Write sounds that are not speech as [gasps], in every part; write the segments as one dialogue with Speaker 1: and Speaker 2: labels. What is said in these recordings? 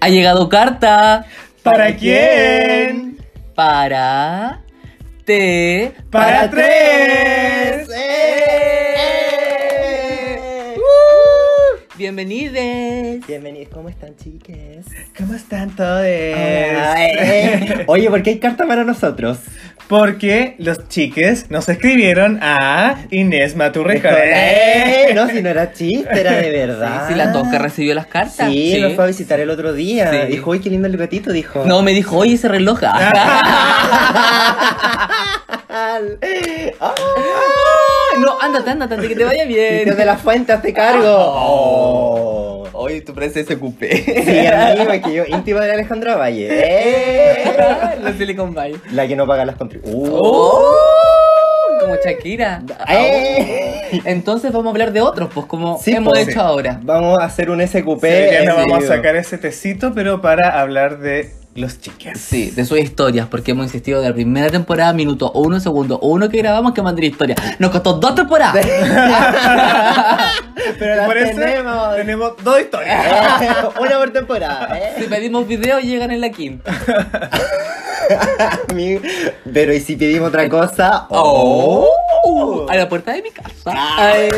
Speaker 1: Ha llegado carta.
Speaker 2: ¿Para quién?
Speaker 1: Para. Te.
Speaker 2: Para tres.
Speaker 1: ¡Eh! ¡Uh! Bienvenides.
Speaker 3: Bienvenidos, ¿cómo están, chiques?
Speaker 2: ¿Cómo están
Speaker 1: Eh.
Speaker 2: todos?
Speaker 3: Ay. Oye, ¿por qué hay carta para nosotros?
Speaker 2: [laughs] Porque los chiques nos escribieron a Inés Maturrejo.
Speaker 3: Eh, No, si no era chiste, era de verdad.
Speaker 1: Sí, la Tosca recibió las cartas.
Speaker 3: Ah. Sí, nos fue a visitar el otro día.
Speaker 1: Sí.
Speaker 3: Dijo, uy, qué lindo el gatito, dijo.
Speaker 1: No, me dijo, oye, ese reloj.
Speaker 3: [laughs]
Speaker 1: [laughs]
Speaker 3: Ah,
Speaker 1: no, ándate, ándate, antes que te vaya
Speaker 3: Sitio de
Speaker 1: bien.
Speaker 3: la fuente hace cargo. Oh.
Speaker 1: Oye, tu presencia se ocupé.
Speaker 3: Sí, amigo, que yo íntima de Alejandra Valle. Eh.
Speaker 1: [laughs] La Silicon Valley.
Speaker 3: La que no paga las contribuciones.
Speaker 1: Oh.
Speaker 3: ¡Oh!
Speaker 1: Como Shakira.
Speaker 3: Ah,
Speaker 1: Ah, oh.
Speaker 3: Eh.
Speaker 1: Entonces vamos a hablar de otros, pues como
Speaker 3: Sí,
Speaker 1: hemos
Speaker 3: pues,
Speaker 1: hecho
Speaker 2: sí.
Speaker 1: ahora.
Speaker 3: Vamos a hacer un SQP.
Speaker 2: ya nos vamos a
Speaker 3: serio.
Speaker 2: sacar ese tecito, pero para hablar de los chiques.
Speaker 1: Sí, de sus historias, porque hemos insistido de la primera temporada, minuto uno, segundo uno que grabamos, que mandé historia. Nos costó dos temporadas.
Speaker 3: [laughs] Pero las
Speaker 2: Por eso
Speaker 3: tenemos.
Speaker 2: tenemos dos historias.
Speaker 3: [laughs] Una por temporada, ¿eh?
Speaker 1: [laughs] Si pedimos video, llegan en la quinta.
Speaker 3: Amigo, Pero ¿y si pedimos otra cosa? Oh.
Speaker 1: Uh, a la puerta de mi casa.
Speaker 3: Ah.
Speaker 1: Ay,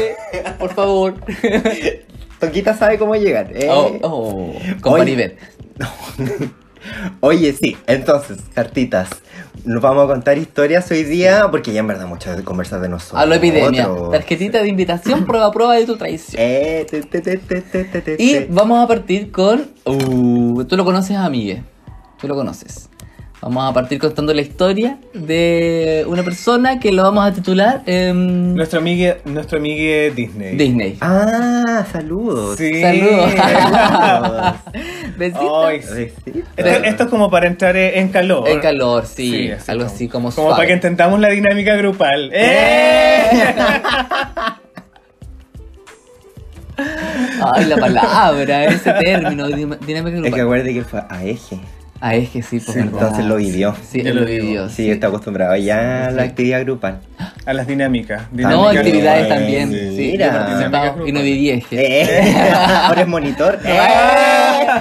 Speaker 1: por favor.
Speaker 3: Eh. Toquita sabe cómo llegar. ¿eh?
Speaker 1: Oh, oh, con
Speaker 3: Oye.
Speaker 1: Maribel.
Speaker 3: Oye, sí, entonces, cartitas. Nos vamos a contar historias hoy día, porque ya en verdad mucho de conversar de nosotros.
Speaker 1: A la epidemia. Tarjetita de invitación, prueba, prueba de tu traición.
Speaker 3: Eh, te, te, te, te, te, te, te.
Speaker 1: Y vamos a partir con. Uh, tú lo conoces a Miguel. Tú lo conoces. Vamos a partir contando la historia de una persona que lo vamos a titular em,
Speaker 2: Nuestro amigo, nuestro amigo Disney.
Speaker 1: Disney.
Speaker 3: Ah, saludos. [laughs]
Speaker 2: Sí.
Speaker 1: Saludos.
Speaker 3: Saludos.
Speaker 1: [laughs] Besito. [laughs]
Speaker 2: Ay, sí.
Speaker 3: Besitos.
Speaker 2: Esto, esto es como para entrar en en calor.
Speaker 1: El calor, sí.
Speaker 2: Sí, así
Speaker 1: algo
Speaker 2: como-
Speaker 1: así como,
Speaker 2: Como para que
Speaker 1: suave.
Speaker 2: intentamos la dinámica grupal. ¡Eh!
Speaker 1: [laughs] Ay, la palabra, ese término, dim- dinámica
Speaker 3: Es que
Speaker 1: grupal.
Speaker 3: acuérdate que fue a eje.
Speaker 1: Ah, es que sí, pues
Speaker 2: Sí,
Speaker 1: verdad.
Speaker 3: Entonces lo vivió.
Speaker 1: Sí,
Speaker 2: Yo
Speaker 1: él
Speaker 2: lo
Speaker 1: lo
Speaker 2: vivo.
Speaker 1: vivió.
Speaker 3: Sí, está acostumbrado ya a la actividad grupal.
Speaker 2: A las dinámicas.
Speaker 1: No,
Speaker 3: Dinámica
Speaker 1: actividades
Speaker 3: grupal.
Speaker 1: también. Sí,
Speaker 3: eh, Mira.
Speaker 1: yo participaba
Speaker 2: Dinámica
Speaker 1: y no
Speaker 2: grupal.
Speaker 1: viví eje.
Speaker 3: Eh, [laughs] Ahora
Speaker 1: [laughs]
Speaker 3: es monitor. Eh.
Speaker 1: ¡Ah!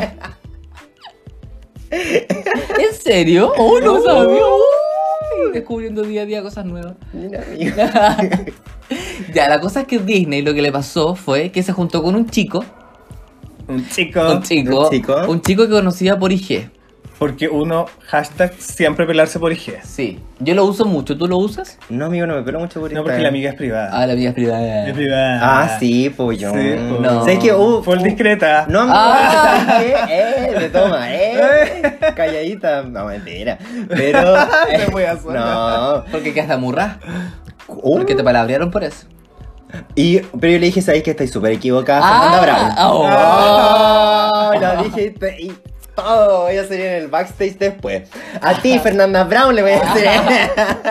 Speaker 1: ¿En serio? ¡Oh, no sabía! Uy, Descubriendo día a día cosas nuevas. [laughs]
Speaker 3: Mira, amigo.
Speaker 1: Ya, la cosa es que Disney lo que le pasó fue que se juntó con un chico.
Speaker 2: Un chico.
Speaker 1: Un chico.
Speaker 3: Ah, ¿Un chico?
Speaker 1: un chico que conocía por IG.
Speaker 2: Porque uno, hashtag siempre pelarse por IG.
Speaker 1: Sí. Yo lo uso mucho. ¿Tú lo usas?
Speaker 3: No, amigo, no me pelo mucho por
Speaker 2: No, porque
Speaker 3: Instagram.
Speaker 2: la amiga es privada.
Speaker 1: Ah, la mía es privada.
Speaker 2: Es privada.
Speaker 3: Ah, sí, pues yo.
Speaker 2: Sí, pues.
Speaker 1: No.
Speaker 3: Sé que, uh,
Speaker 2: Fue el discreta.
Speaker 3: No, amigo,
Speaker 1: Ah.
Speaker 3: ¿sabes qué? Eh, me toma, eh.
Speaker 2: [laughs]
Speaker 3: Calladita. No, mentira. Pero. eh,
Speaker 2: Te voy a
Speaker 3: No.
Speaker 1: Porque quedas murra.
Speaker 3: Uh,
Speaker 1: Porque te palabrearon por eso.
Speaker 3: y, pero yo le dije, ¿sabes que estáis súper equivocada, Fernanda Bravo?
Speaker 1: Ah, oh.
Speaker 3: Oh, [laughs] lo dije y te- y todo. Voy a salir en el backstage después. A ti, Fernanda Brown, le voy
Speaker 1: [laughs]
Speaker 3: a decir. [laughs]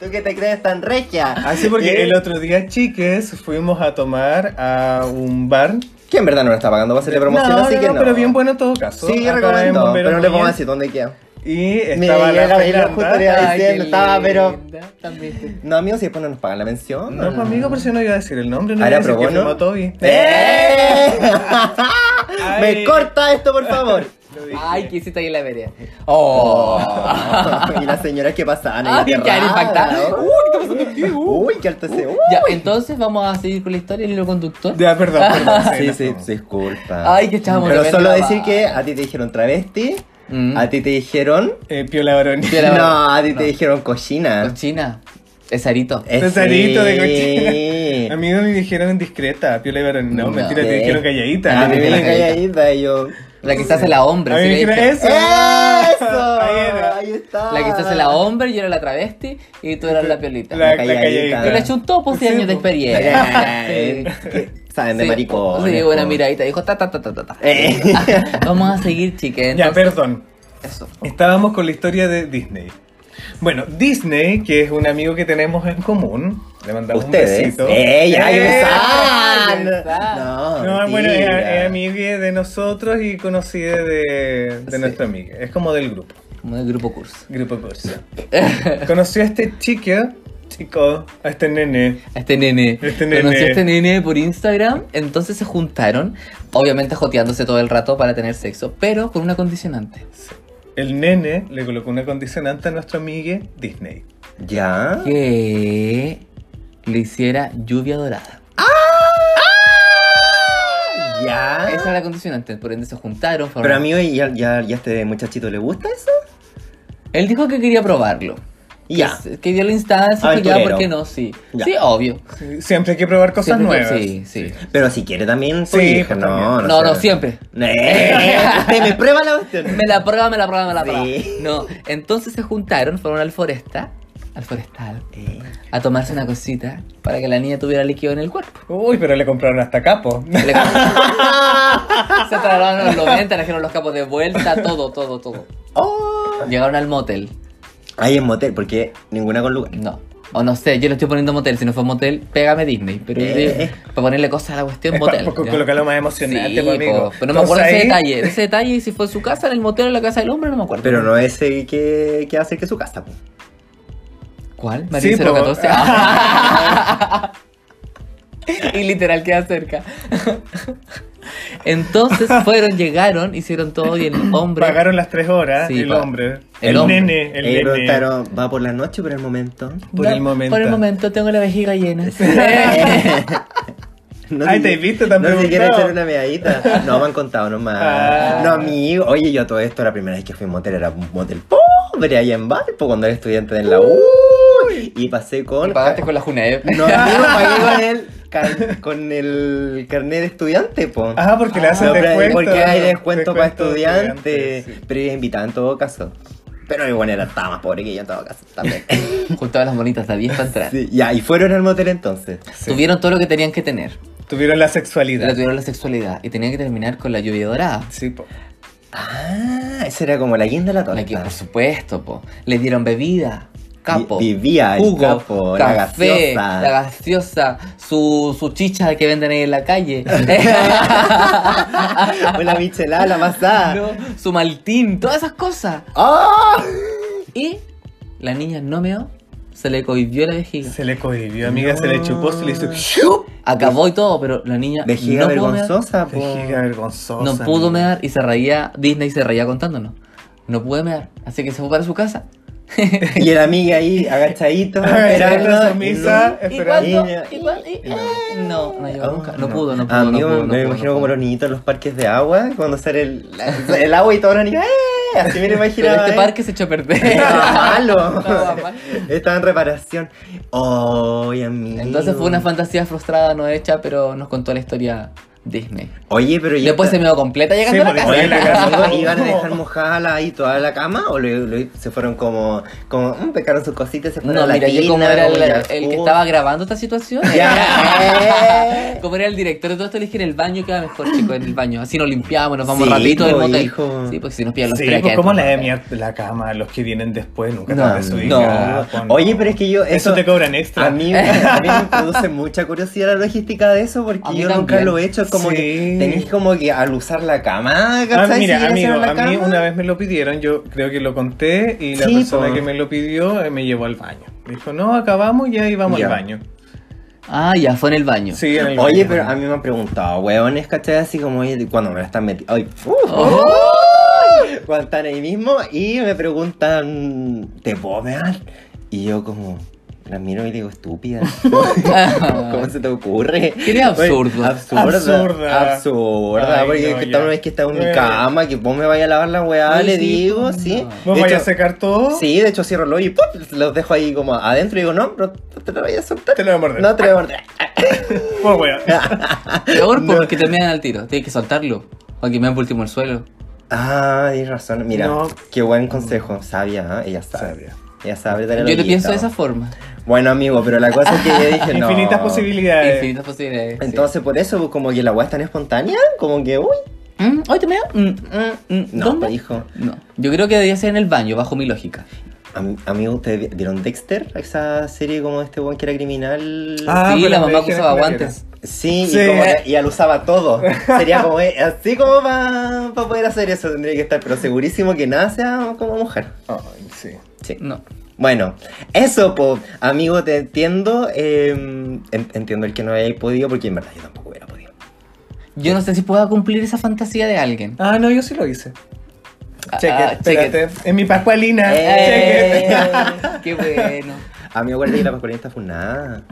Speaker 3: ¿Tú que te crees tan regia?
Speaker 2: Así Ah, porque
Speaker 3: Eh,
Speaker 2: el otro día, chiques, fuimos a tomar a un bar.
Speaker 3: Que en verdad no lo está pagando para hacerle promoción, así que no.
Speaker 2: pero bien bueno en todo caso.
Speaker 3: Sí, yo
Speaker 2: Acá
Speaker 3: recomiendo,
Speaker 2: en Bomberos
Speaker 3: pero no le pongo a
Speaker 2: Muñoz.
Speaker 3: decir dónde queda.
Speaker 2: Y
Speaker 3: Me
Speaker 2: estaba la
Speaker 3: llega la- y la
Speaker 2: Fernanda.
Speaker 3: justo le- Estaba
Speaker 1: Ay, qué
Speaker 3: diciendo, estaba, pero-
Speaker 1: linda. También.
Speaker 3: No, amigos, si después no nos pagan la mención.
Speaker 2: No, pues amigo, pero si no iba a decir el nombre, no
Speaker 3: Ahora
Speaker 2: iba a decir
Speaker 3: Ah, pro
Speaker 2: que
Speaker 3: bono.
Speaker 2: fuimos a Toby.
Speaker 3: ¡Eh!
Speaker 2: Ay.
Speaker 3: ¡Me corta esto, por
Speaker 2: [laughs]
Speaker 3: favor!
Speaker 2: Lo dije.
Speaker 1: Ay, ¿qué hiciste ahí en la
Speaker 3: [laughs]
Speaker 1: vereda? Oh.
Speaker 3: y las señoras que pasaban ahí
Speaker 1: Ay, qué
Speaker 3: aterradas.
Speaker 1: impactada. Uy, ¿qué te pasó aquí?
Speaker 3: Uy, qué alto ese. uy.
Speaker 1: Ya, entonces vamos a seguir con la historia del hilo conductor.
Speaker 2: Ya, perdón,
Speaker 3: [laughs]
Speaker 2: perdón.
Speaker 3: Sí,
Speaker 2: no,
Speaker 3: sí,
Speaker 2: no.
Speaker 3: disculpa.
Speaker 1: Ay, qué chamo,
Speaker 3: Pero
Speaker 1: qué
Speaker 3: solo
Speaker 1: pena.
Speaker 3: decir que a ti te dijeron travesti,
Speaker 1: Mm.
Speaker 3: a ti te dijeron.
Speaker 2: Eh, Piola Baroni.
Speaker 1: Piola- Pero-
Speaker 3: no, a ti te dijeron cochina.
Speaker 1: Cochina. Es Sarito.
Speaker 3: Eh,
Speaker 2: Cesarito de
Speaker 3: sí.
Speaker 2: cochina. [laughs] A mí no me dijeron discreta, Piola Baroni. No,
Speaker 1: No.
Speaker 2: mentira, te
Speaker 3: Sí.
Speaker 2: dijeron calladita.
Speaker 3: A mí me
Speaker 1: dijeron
Speaker 3: dijeron calladita y yo.
Speaker 1: La que se hace la hombre.
Speaker 2: A mí
Speaker 1: así
Speaker 2: me
Speaker 1: le
Speaker 2: dijeron
Speaker 1: dije.
Speaker 2: eso.
Speaker 3: ¡Eso!
Speaker 2: [laughs] Ahí era.
Speaker 3: Ahí está.
Speaker 1: La que se hace la hombre, yo era la travesti y tú eras la piolita.
Speaker 2: Ah. La, la
Speaker 3: La calladita.
Speaker 2: calladita.
Speaker 1: Yo le eché un topo
Speaker 2: Sí, pues.
Speaker 1: 100 años de
Speaker 2: po.
Speaker 1: experiencia.
Speaker 3: Eh, Saben
Speaker 1: [laughs]
Speaker 3: de pues.
Speaker 1: Sí.
Speaker 3: maricón.
Speaker 1: Sí, buena miradita. Dijo ta ta ta ta ta.
Speaker 3: [laughs]
Speaker 1: ta.
Speaker 3: Eh.
Speaker 1: Vamos a seguir, chiquen.
Speaker 2: Ya, perdón.
Speaker 1: Eso.
Speaker 2: Estábamos con la historia de Disney. Bueno, Disney, que es un amigo que tenemos en común, le mandamos un
Speaker 3: [laughs] Ustedes.
Speaker 2: besito.
Speaker 3: ¡Ey, ay,
Speaker 2: ¡Eh!
Speaker 3: me
Speaker 1: ay, me
Speaker 3: sacan! No,
Speaker 2: No,
Speaker 3: mentira.
Speaker 2: bueno, es, es amigo de nosotros y conocida de, de
Speaker 3: Sí.
Speaker 2: nuestro amigo. Es como del grupo,
Speaker 1: Como del grupo curso.
Speaker 2: grupo Corsa. Conoció a este chico chico, a este nene.
Speaker 1: A este nene.
Speaker 2: Este nene.
Speaker 1: Conocí a este nene por Instagram. Entonces se juntaron, obviamente joteándose todo el rato para tener sexo, pero con una condicionante.
Speaker 2: El nene le colocó una condicionante a nuestro amigue Disney.
Speaker 3: ¿Ya?
Speaker 1: Que le hiciera lluvia dorada.
Speaker 3: ¿Ya?
Speaker 1: Esa era la condicionante, por ende se juntaron.
Speaker 3: Ah. Pero
Speaker 1: formaron-
Speaker 3: a mí hoy ya, ya, ya este muchachito le gusta eso.
Speaker 1: Él dijo que quería probarlo.
Speaker 3: Ya.
Speaker 1: Que, que dio la instancia, que ya,
Speaker 3: Aventurero.
Speaker 1: ¿por qué no? Sí.
Speaker 3: Ya.
Speaker 1: Sí, obvio.
Speaker 2: Siempre hay que probar cosas
Speaker 1: Siempre-
Speaker 2: nuevas.
Speaker 1: Sí, sí.
Speaker 3: Pero si quiere también.
Speaker 2: Sí,
Speaker 3: pues,
Speaker 2: pues,
Speaker 3: no,
Speaker 2: también.
Speaker 1: No, no,
Speaker 3: sé.
Speaker 1: siempre.
Speaker 3: Eh,
Speaker 1: [laughs]
Speaker 3: usted me prueba la cuestión.
Speaker 1: Me la prueba, me la prueba, me la prueba.
Speaker 3: Sí.
Speaker 1: No, entonces se juntaron, fueron al foresta, al forestal,
Speaker 3: Eh,
Speaker 1: a tomarse una cosita para que la niña tuviera líquido en el
Speaker 3: [laughs]
Speaker 1: cuerpo.
Speaker 2: Uy, pero le compraron hasta capo.
Speaker 1: Le- se trasladaron a los 90, trajeron los capos de vuelta, todo, todo, todo. Llegaron al motel.
Speaker 3: Oh. Ahí en motel, porque ninguna con lugar.
Speaker 1: No. O no sé, yo le estoy poniendo motel. Si no fue motel, pégame Disney. Pero
Speaker 3: Eh.
Speaker 1: yo- para ponerle cosas a la cuestión,
Speaker 2: [laughs] Es pa-
Speaker 1: motel.
Speaker 2: pa-
Speaker 1: ya.
Speaker 2: colocarlo más
Speaker 1: Sí,
Speaker 2: emocionante,
Speaker 1: po,
Speaker 2: pues, amigo.
Speaker 1: pero no me acuerdo
Speaker 2: Entonces
Speaker 1: ese
Speaker 2: ahí-
Speaker 1: detalle. Ese detalle, y si fue en su casa, en el motel, en la casa del hombre, no me acuerdo.
Speaker 3: Pero no ese que, que hace que su casa. pues.
Speaker 1: ¿Cuál? María
Speaker 2: Sí, po.
Speaker 1: 014.
Speaker 2: [laughs]
Speaker 1: y literal queda cerca. Entonces fueron, llegaron, hicieron todo y el hombre.
Speaker 2: Pagaron las tres horas
Speaker 1: Sí,
Speaker 2: el
Speaker 1: pa-
Speaker 2: hombre.
Speaker 1: el
Speaker 2: El,
Speaker 1: hombre.
Speaker 2: nene. El
Speaker 3: Eh, pero,
Speaker 2: nene.
Speaker 3: claro, va por la noche por el momento.
Speaker 2: Por
Speaker 1: No,
Speaker 2: el momento.
Speaker 1: Por el momento tengo la vejiga llena. [laughs]
Speaker 3: [laughs] No
Speaker 2: Ay,
Speaker 3: sé-
Speaker 2: te viste, te han
Speaker 3: No se quiere
Speaker 2: preguntado.
Speaker 3: echar una miadita. No, me han contado nomás.
Speaker 2: Ah.
Speaker 3: No, amigo. Oye, yo todo esto, la primera vez que fui a un motel era un motel pobre allá en Valpo cuando era estudiante en la U. Y pasé con.
Speaker 1: Y pagaste con la ¿eh? Junaev. [laughs]
Speaker 3: No, amigo, pagué con el, car- con el carnet de estudiante, po.
Speaker 2: Ah, porque le hacen
Speaker 3: No, pero-
Speaker 2: descuento.
Speaker 3: porque hay
Speaker 2: ¿no?
Speaker 3: descuento para estudiantes.
Speaker 2: sí.
Speaker 3: Pero iba invitada en todo caso. Pero mi buena era estaba más pobre que yo en todo caso
Speaker 1: [laughs]
Speaker 3: también.
Speaker 1: Juntaba las bonitas de 10 para entrar.
Speaker 3: Sí, ya, y fueron al motel entonces.
Speaker 2: Sí.
Speaker 1: Tuvieron todo lo que tenían que tener.
Speaker 2: Tuvieron la
Speaker 1: Pero
Speaker 2: sexualidad.
Speaker 1: tuvieron la sexualidad y tenían que terminar con la lluvia dorada.
Speaker 2: Sí, po.
Speaker 3: Ah, esa era como la guinda de la torta.
Speaker 1: La que, por supuesto, po. Les dieron bebida, capo.
Speaker 3: Vi- vivía el
Speaker 1: jugo,
Speaker 3: capo, la
Speaker 1: café,
Speaker 3: gaseosa.
Speaker 1: la gaseosa, su, su chicha que venden ahí en la
Speaker 3: [laughs]
Speaker 1: calle. [laughs]
Speaker 3: Fue la michelada, la
Speaker 1: [laughs]
Speaker 3: pasada.
Speaker 1: No, su maltín, todas esas cosas.
Speaker 3: ¡Ah!
Speaker 1: Y la niña no meó, se le cohibió la vejiga.
Speaker 2: Se le cohibió, amiga, se le chupó, se le hizo.
Speaker 1: Acabó y todo, pero la niña
Speaker 3: Vejiga
Speaker 1: no pudo mear,
Speaker 3: vergonzosa, po.
Speaker 2: Vejiga vergonzosa.
Speaker 1: no pudo
Speaker 2: amiga.
Speaker 1: mear y se reía, Disney se reía contándonos. No pude mear, así que se fue para su casa.
Speaker 3: Y el amigo ahí,
Speaker 1: [laughs]
Speaker 3: agachadito,
Speaker 2: Esperando
Speaker 3: esperando.
Speaker 2: su misa,
Speaker 1: ¿Y
Speaker 2: esperando.
Speaker 1: cuándo?
Speaker 3: Niña.
Speaker 1: ¿Y cuándo? ¿Y- eh, No, no llegó
Speaker 3: Oh,
Speaker 1: nunca. No pudo, no pudo. no
Speaker 3: Amigo,
Speaker 1: pudo, no
Speaker 3: me
Speaker 1: pudo,
Speaker 3: imagino
Speaker 1: no
Speaker 3: como
Speaker 1: pudo.
Speaker 3: los niñitos en los parques de agua, cuando sale el, la- el agua y todos los niños. ¡Eh! Así me lo
Speaker 1: Pero
Speaker 3: imaginaba.
Speaker 1: este
Speaker 3: ¿eh?
Speaker 1: parque se echó a perder.
Speaker 3: [laughs]
Speaker 1: [laughs]
Speaker 3: Estaba malo.
Speaker 1: Estaba mal.
Speaker 3: Estaba en reparación. ¡Ay, amigo!
Speaker 1: Entonces fue una fantasía frustrada, no hecha, pero nos contó la historia Disney.
Speaker 3: Oye, pero
Speaker 1: Y
Speaker 3: ya.
Speaker 1: después se me completa llegando
Speaker 2: Sí,
Speaker 1: a la
Speaker 2: porque-
Speaker 1: casa.
Speaker 3: Oye,
Speaker 2: la
Speaker 3: pero
Speaker 2: cama.
Speaker 3: amigo, ¿iban a dejar mojada la- ahí toda la cama o lo- lo- se fueron como, como mm, pecaron sus cositas, se fueron
Speaker 1: No,
Speaker 3: a la
Speaker 1: mira, yo
Speaker 3: tina,
Speaker 1: como era el,
Speaker 3: como ya,
Speaker 1: el que
Speaker 3: uh,
Speaker 1: estaba grabando esta
Speaker 3: [laughs]
Speaker 1: situación,
Speaker 3: Ya.
Speaker 1: como era [laughs] el director de todo esto, le dije en el baño queda mejor, chico, en el baño. Así nos limpiamos, nos vamos
Speaker 3: Sí,
Speaker 1: rapidito del
Speaker 3: po,
Speaker 1: motel.
Speaker 3: hijo.
Speaker 1: Sí, porque si nos pillan los
Speaker 2: Sí,
Speaker 1: tres
Speaker 2: pues,
Speaker 1: que
Speaker 2: ¿cómo le
Speaker 1: hay-
Speaker 2: de mierda la cama a los que vienen después? Nunca
Speaker 3: No,
Speaker 2: te subí.
Speaker 3: no. Oye, pero es que yo-
Speaker 2: Eso,
Speaker 3: eso-
Speaker 2: te cobran extra.
Speaker 3: A mí, a mí me produce mucha curiosidad la logística de eso porque
Speaker 1: A mí
Speaker 3: yo nunca
Speaker 1: también.
Speaker 3: lo he hecho. Es como
Speaker 2: Sí.
Speaker 3: que tenéis como que al usar la cama,
Speaker 2: Ah,
Speaker 3: ¿cachai?
Speaker 2: mira,
Speaker 3: Si quieres
Speaker 2: amigo,
Speaker 3: hacer la
Speaker 2: a mí
Speaker 3: cama.
Speaker 2: una vez me lo pidieron, yo creo que lo conté y la
Speaker 3: Sí,
Speaker 2: persona
Speaker 3: po.
Speaker 2: que me lo pidió eh, me llevó al baño. Me dijo, no, acabamos ya y vamos
Speaker 3: Ya.
Speaker 2: al baño.
Speaker 1: Ah, ya, fue en el baño.
Speaker 2: Sí, en el
Speaker 3: Oye,
Speaker 2: baño.
Speaker 3: pero a mí me han preguntado, weones, ¿cachai? Así como, oye, cuando me la están metiendo. Ay, uh,
Speaker 1: [laughs] Oh.
Speaker 3: Cuando están ahí mismo y me preguntan, ¿te puedo mear? Y yo como, la miro y
Speaker 1: [laughs]
Speaker 3: digo, estúpida. ¿Cómo se te ocurre?
Speaker 1: Qué eres absurdo.
Speaker 3: Oye, absurda.
Speaker 2: Absurda.
Speaker 3: Absurda.
Speaker 2: Ay,
Speaker 3: porque
Speaker 2: no,
Speaker 3: que
Speaker 2: ya.
Speaker 3: tal vez que está en mi
Speaker 2: Eh.
Speaker 3: cama, que vos me vayas a lavar la weá,
Speaker 1: Ay,
Speaker 3: le
Speaker 1: sí,
Speaker 3: digo,
Speaker 1: pues,
Speaker 3: sí.
Speaker 1: no.
Speaker 2: ¿Vos
Speaker 3: De
Speaker 2: vais a
Speaker 3: hecho-
Speaker 2: secar todo?
Speaker 3: Sí, de hecho cierro el hoyo y ¡pop! los dejo ahí como adentro y digo, no, no te lo vayas a soltar.
Speaker 2: Te lo voy a morder.
Speaker 3: No Ah, te lo voy a morder.
Speaker 2: Pues,
Speaker 3: [laughs]
Speaker 2: weón.
Speaker 1: Peor porque te mean al tiro, tienes que soltarlo. O que me por último el suelo.
Speaker 3: Ah, tienes razón. Mira,
Speaker 2: No.
Speaker 3: qué buen consejo. Sabia, ¿eh? ella sabe.
Speaker 2: Sabia.
Speaker 3: Ella sabe darle
Speaker 1: Yo
Speaker 3: la
Speaker 1: lo pienso de
Speaker 3: guita.
Speaker 1: esa forma.
Speaker 3: Bueno, amigo, pero la cosa es
Speaker 2: [laughs]
Speaker 3: que yo dije no.
Speaker 2: Infinitas posibilidades.
Speaker 1: Infinitas posibilidades. sí.
Speaker 3: Entonces, por eso, como que la weá es tan espontánea, como que, uy,
Speaker 1: Mm, ¿Hoy te meo? Mm, mm, mm.
Speaker 3: no,
Speaker 1: ¿Dónde?
Speaker 3: pues, hijo.
Speaker 1: No. Yo creo que debía ser en el baño, bajo mi lógica.
Speaker 3: Am- amigo, ¿ustedes vi- vieron Dexter? Esa serie como este weón que era criminal.
Speaker 2: Ah,
Speaker 1: sí,
Speaker 2: pero
Speaker 1: la
Speaker 2: me
Speaker 1: mamá que
Speaker 2: dijeron
Speaker 1: usaba
Speaker 2: que
Speaker 1: guantes.
Speaker 3: Sí,
Speaker 2: Sí.
Speaker 3: Y, como que- y al usaba
Speaker 2: [laughs]
Speaker 3: todo. Sería como, eh, así como para poder hacer eso tendría que estar, pero segurísimo que nada sea como mujer.
Speaker 2: Ay, sí.
Speaker 3: Sí.
Speaker 1: No.
Speaker 3: Bueno, eso, po, amigo, te entiendo. eh, en- entiendo el que no hayáis podido, porque en verdad yo tampoco hubiera podido.
Speaker 1: Yo no sé si pueda cumplir esa fantasía de alguien.
Speaker 2: Ah, no, yo sí lo hice. Cheque,
Speaker 1: Ah, check it.
Speaker 2: espérate. En mi Pascualina. [laughs]
Speaker 3: Eh.
Speaker 2: check it.
Speaker 1: Eh, [laughs] ¡Qué bueno!
Speaker 3: A mí me acuerdo que la masculina está funada.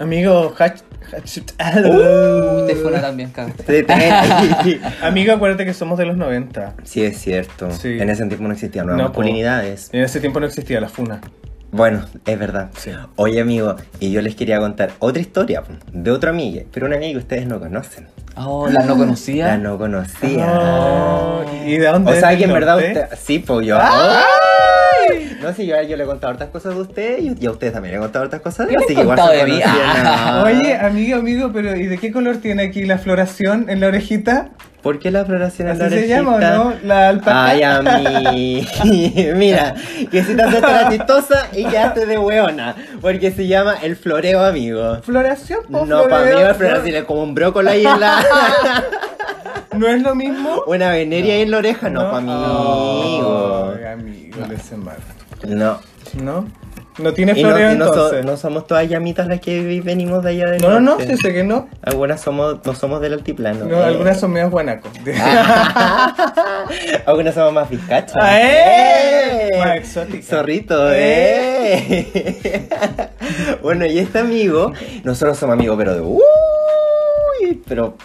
Speaker 2: Amigo, hatch, hatch,
Speaker 3: Uh,
Speaker 2: uh.
Speaker 1: Usted fue una también, cabrón. [laughs]
Speaker 2: Amigo, acuérdate que somos de los 90.
Speaker 3: sí, es cierto.
Speaker 2: Sí.
Speaker 3: En ese tiempo no existían nuevas
Speaker 2: No, po.
Speaker 3: masculinidades.
Speaker 2: En ese tiempo no existía la funa.
Speaker 3: Bueno, es verdad.
Speaker 2: Sí.
Speaker 3: Oye, amigo, y yo les quería contar otra historia po, de otro amigo, pero una amiga que ustedes no conocen.
Speaker 1: Oh, la no conocía.
Speaker 3: La no conocía.
Speaker 2: Oh, ¿Y de dónde
Speaker 3: O sea
Speaker 2: es?
Speaker 3: que en
Speaker 2: ¿Del
Speaker 3: verdad
Speaker 2: norte?
Speaker 3: usted. Sí, pues yo. No sé, yo, yo le he contado hartas cosas de usted y, y a usted también le he contado hartas cosas de
Speaker 1: Yo
Speaker 3: él,
Speaker 1: le he
Speaker 3: así que igual
Speaker 1: contado
Speaker 3: se
Speaker 1: de mí.
Speaker 3: conocían,
Speaker 1: Ah.
Speaker 3: ah.
Speaker 2: Oye, amigo, amigo, pero ¿y de qué color tiene aquí la floración en la orejita?
Speaker 3: ¿por qué la floración en
Speaker 2: Así
Speaker 3: la
Speaker 2: se llama, ¿o
Speaker 3: orejita? Ah.
Speaker 2: ¿no? La alpaca.
Speaker 3: Ay, a mí. [laughs] Mira, que si te haces la chistosa y quedaste de weona. Porque se llama el floreo, amigo.
Speaker 2: Floración, po,
Speaker 3: No, para mí
Speaker 2: floreo,
Speaker 3: la floración es como un brócoli ahí
Speaker 2: [laughs]
Speaker 3: en la. [laughs]
Speaker 2: ¿No es lo mismo?
Speaker 3: Una veneria ahí en la oreja. No, para mí. amigo.
Speaker 2: Ay, amigo, le hace mal.
Speaker 3: No.
Speaker 2: ¿No? ¿No tiene
Speaker 3: Y no,
Speaker 2: floreo
Speaker 3: y no so-
Speaker 2: entonces?
Speaker 3: no somos todas llamitas las que vi- venimos de allá del
Speaker 2: no, no, no,
Speaker 3: norte.
Speaker 2: sí sé que no.
Speaker 3: Algunas somos, no Ah. somos del altiplano.
Speaker 2: No,
Speaker 3: eh.
Speaker 2: algunas son medias guanacos.
Speaker 3: Eh, Algunas somos más bizcachas.
Speaker 2: Ah, [laughs] ¡eh!
Speaker 3: ¡Eh!
Speaker 2: Más exóticas.
Speaker 3: Zorrito, ¡eh! [laughs] bueno, y este amigo, nosotros somos amigos, pero de. ¡Uy! Pero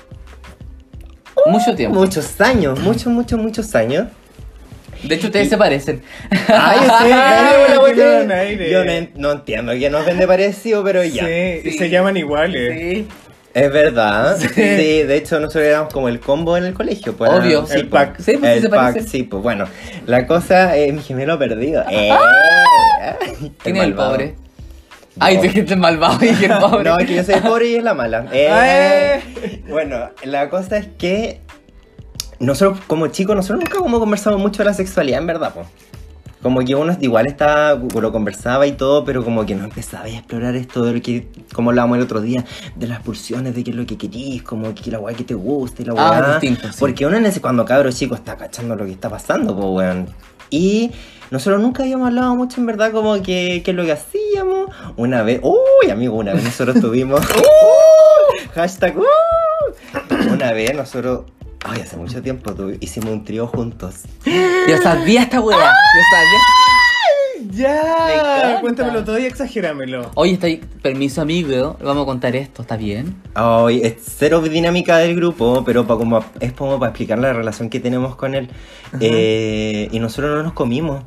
Speaker 1: Mucho tiempo.
Speaker 3: muchos años, muchos, muchos, muchos años.
Speaker 1: De hecho, ustedes se parecen. [laughs]
Speaker 3: Ay, sí,
Speaker 2: Ay,
Speaker 3: bueno,
Speaker 2: tiraron
Speaker 3: bueno,
Speaker 2: aire.
Speaker 3: Yo no, en- no entiendo que nos vende parecido, pero ya.
Speaker 2: Sí, y
Speaker 1: Sí.
Speaker 2: se llaman ¿eh? iguales.
Speaker 1: Sí.
Speaker 3: Es verdad. Sí. de hecho nosotros éramos como el combo en el colegio. pues,
Speaker 1: Obvio.
Speaker 3: sí,
Speaker 2: El
Speaker 3: pues.
Speaker 2: pack.
Speaker 1: Sí, pues, sí
Speaker 3: el
Speaker 1: se
Speaker 3: pack,
Speaker 1: parecen.
Speaker 3: sí, pues bueno. La cosa es mi
Speaker 1: [laughs]
Speaker 3: gemelo perdido. Eh.
Speaker 1: ¿Quién es Ah. el
Speaker 3: malvado.
Speaker 1: pobre? Ay,
Speaker 3: No.
Speaker 1: te dijiste el malvado [laughs] y el pobre.
Speaker 3: [laughs] No, que yo soy el pobre y es la mala. Eh. Bueno, la cosa es que nosotros como chicos, nosotros nunca como conversamos mucho de la sexualidad, en verdad, pues. Como que uno igual estaba, lo conversaba y todo, pero como que no empezaba a explorar esto de lo que, como hablábamos el otro día, de las pulsiones, de qué es lo que querís, como que la weá que te gusta y la
Speaker 1: Ah,
Speaker 3: weá.
Speaker 1: distinto, sí.
Speaker 3: Porque uno en ese, cuando cabro chico está cachando lo que está pasando, pues weón. Y nosotros nunca habíamos hablado mucho en verdad como que, que es lo que hacíamos. Una vez, uy amigo, una vez
Speaker 1: [laughs]
Speaker 3: nosotros tuvimos... ¡Uh! hashtag ¡uh! Una vez nosotros, ay, hace mucho tiempo tuvi- hicimos un trío juntos.
Speaker 1: Yo sabía esta weá. Yo sabía.
Speaker 3: Me
Speaker 2: Ya,
Speaker 3: encanta.
Speaker 2: cuéntamelo todo y exagéramelo.
Speaker 1: Oye, está ahí. Permiso, amigo. ¿eh? Vamos a contar esto. ¿Está bien?
Speaker 3: Ay, es cero dinámica del grupo, pero pa- como, es como para explicar la relación que tenemos con él. Eh, y nosotros no nos comimos.